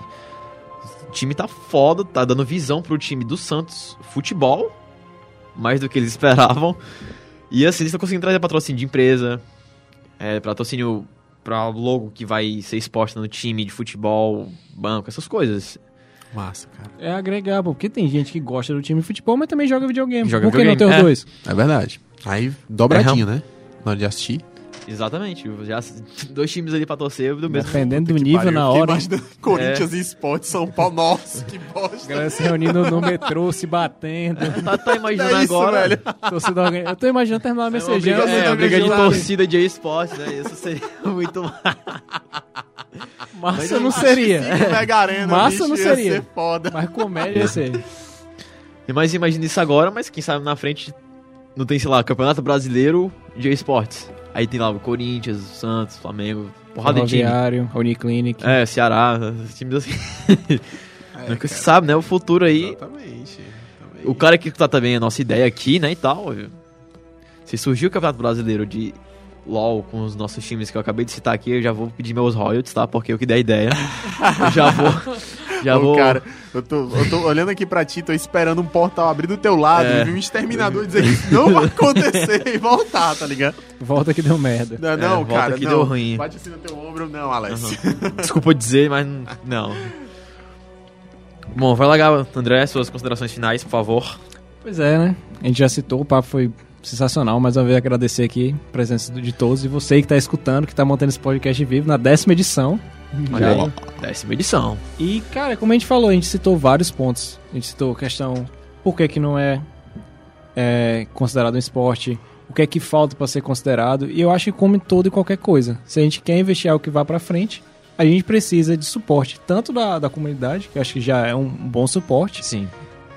O time tá foda, tá dando visão pro time do Santos futebol, mais do que eles esperavam. E assim, eles estão conseguindo trazer patrocínio de empresa, é, patrocínio pra logo que vai ser exposta no time de futebol, banco, essas coisas.
Massa, cara.
É agregar, pô, porque tem gente que gosta do time de futebol, mas também joga videogame.
Joga
Por que não
videogame,
ter os
é.
dois?
É verdade. Aí, dobradinho, né? Na hora de assistir.
Exatamente. Já dois times ali pra torcer do mesmo.
Dependendo do
Puta que
nível
pariu,
na
eu fiquei
hora.
imaginando Corinthians e Sport, São Paulo. Nossa, que bosta.
Galera se reunindo no metrô, se batendo.
Tá, tá imaginando
É isso,
agora.
velho.
torcida organi- Eu tô imaginando terminar a
É uma
mensagem.
briga, é, uma briga de
organizada.
torcida de esportes, né? Isso seria muito É.
Massa não seria.
Acho que Mega Arena,
Massa
bicho,
não
ia
seria.
ser foda.
Mas
É.
comédia ia ser.
Mas imagina isso agora, mas quem sabe na frente não tem, sei lá, Campeonato Brasileiro de esportes. Aí tem lá o Corinthians, o Santos, Flamengo, porrada de time.
Rodoviário, Uniclinic.
É, Ceará, esses times assim. Nunca se sabe, né? O futuro aí.
Exatamente. exatamente.
O cara que tá também a nossa ideia aqui, né, e tal. viu? Se surgiu o Campeonato Brasileiro de LoL com os nossos times que eu acabei de citar aqui, eu já vou pedir meus royalties, tá? Porque eu que dei a ideia. Eu já vou. Já
Ô,
vou.
cara, eu tô, eu tô olhando aqui pra ti, tô esperando um portal abrir do teu lado
É.
e vir um exterminador dizer que isso não vai acontecer e voltar, tá ligado?
Volta que deu merda.
Não, não
volta
cara,
que
não.
deu ruim.
Bate assim no teu ombro, não, Alex.
Desculpa dizer, mas n- não. Bom, vai lá, Gabo. André, suas considerações finais, por favor.
Pois é, né? A gente já citou, o papo foi sensacional. Mais uma vez agradecer aqui a presença do- de todos e você que tá escutando, que tá mantendo esse podcast vivo na décima edição.
Olha
Já.
aí, décima edição.
E, cara, como a gente falou, a gente citou vários pontos. A gente citou a questão por que, que não é, é considerado um esporte, o que é que falta para ser considerado. E eu acho que como em todo e qualquer coisa. Se a gente quer investir algo que vá para frente, a gente precisa de suporte, tanto da, da comunidade, que eu acho que já é um bom suporte,
Sim.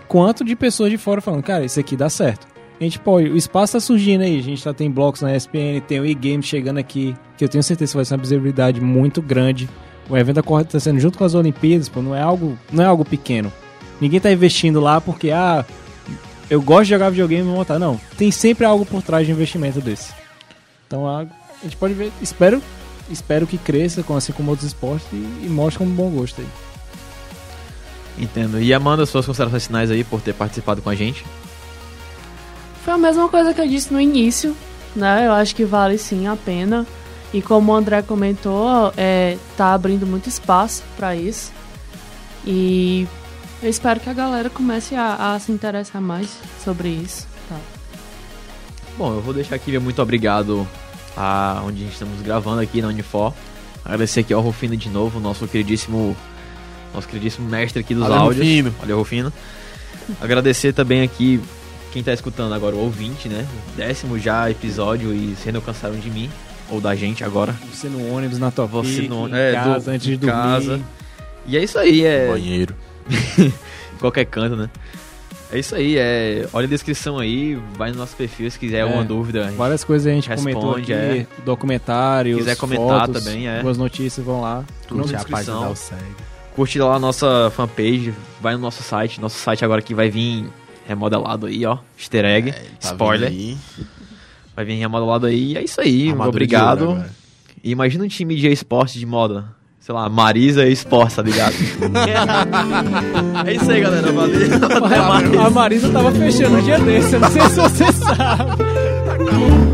quanto de pessoas de fora falando, cara, isso aqui dá certo. A gente, pô, o espaço tá surgindo aí. A gente tá, tem blocos na ESPN, tem o e-game chegando aqui, que eu tenho certeza que vai ser uma visibilidade muito grande. O evento está sendo junto com as Olimpíadas, pô, não é algo, não é algo pequeno. Ninguém tá investindo lá porque, ah, eu gosto de jogar videogame e vou montar. Não, tem sempre algo por trás de um investimento desse. Então a, a gente pode ver, espero, espero que cresça, com- assim como outros esportes, e, e mostre um bom gosto aí.
Entendo. E Amanda, suas considerações finais aí por ter participado com a gente.
Foi a mesma coisa que eu disse no início, né? Eu acho que vale sim a pena. E como o André comentou, é, tá abrindo muito espaço para isso. E eu espero que a galera comece a, a se interessar mais sobre isso. Tá.
Bom, eu vou deixar aqui meu muito obrigado a onde estamos gravando aqui na Unifor. Agradecer aqui ao Rufino de novo, nosso queridíssimo nosso queridíssimo mestre aqui dos
Valeu,
áudios.
Rufino.
Valeu, Rufino. Agradecer também aqui quem tá escutando agora, o ouvinte, né? Décimo já episódio e vocês não cansaram de mim ou da gente agora.
Você no ônibus, na tua
Você
pique,
no-
em
é,
casa,
do-
antes de
em
dormir.
casa. E é isso aí, é
Banheiro.
em qualquer canto, né? É isso aí, é, olha a descrição aí, vai no nosso perfil se quiser alguma dúvida. a gente
Várias coisas a gente
Responde,
comentou aqui,
é.
documentários,
Quiser comentar
fotos,
também, é.
boas notícias, vão lá.
Não,
Curte a
descrição.
página da Alceg.
Tá
Curte lá a nossa fanpage, vai no nosso site. Nosso site agora que vai vir remodelado aí, ó. Easter
É,
egg,
Tá
spoiler.
vendo aí?
Vai vir remodelado aí, é isso aí. Muito
Armadura de ouro
obrigado.
agora.
E imagina um time de esporte de moda. Sei lá, Marisa e Esporte, tá ligado? é isso aí, galera. Valeu. Até mais.
A Marisa tava fechando um dia desse, eu não sei se você sabe.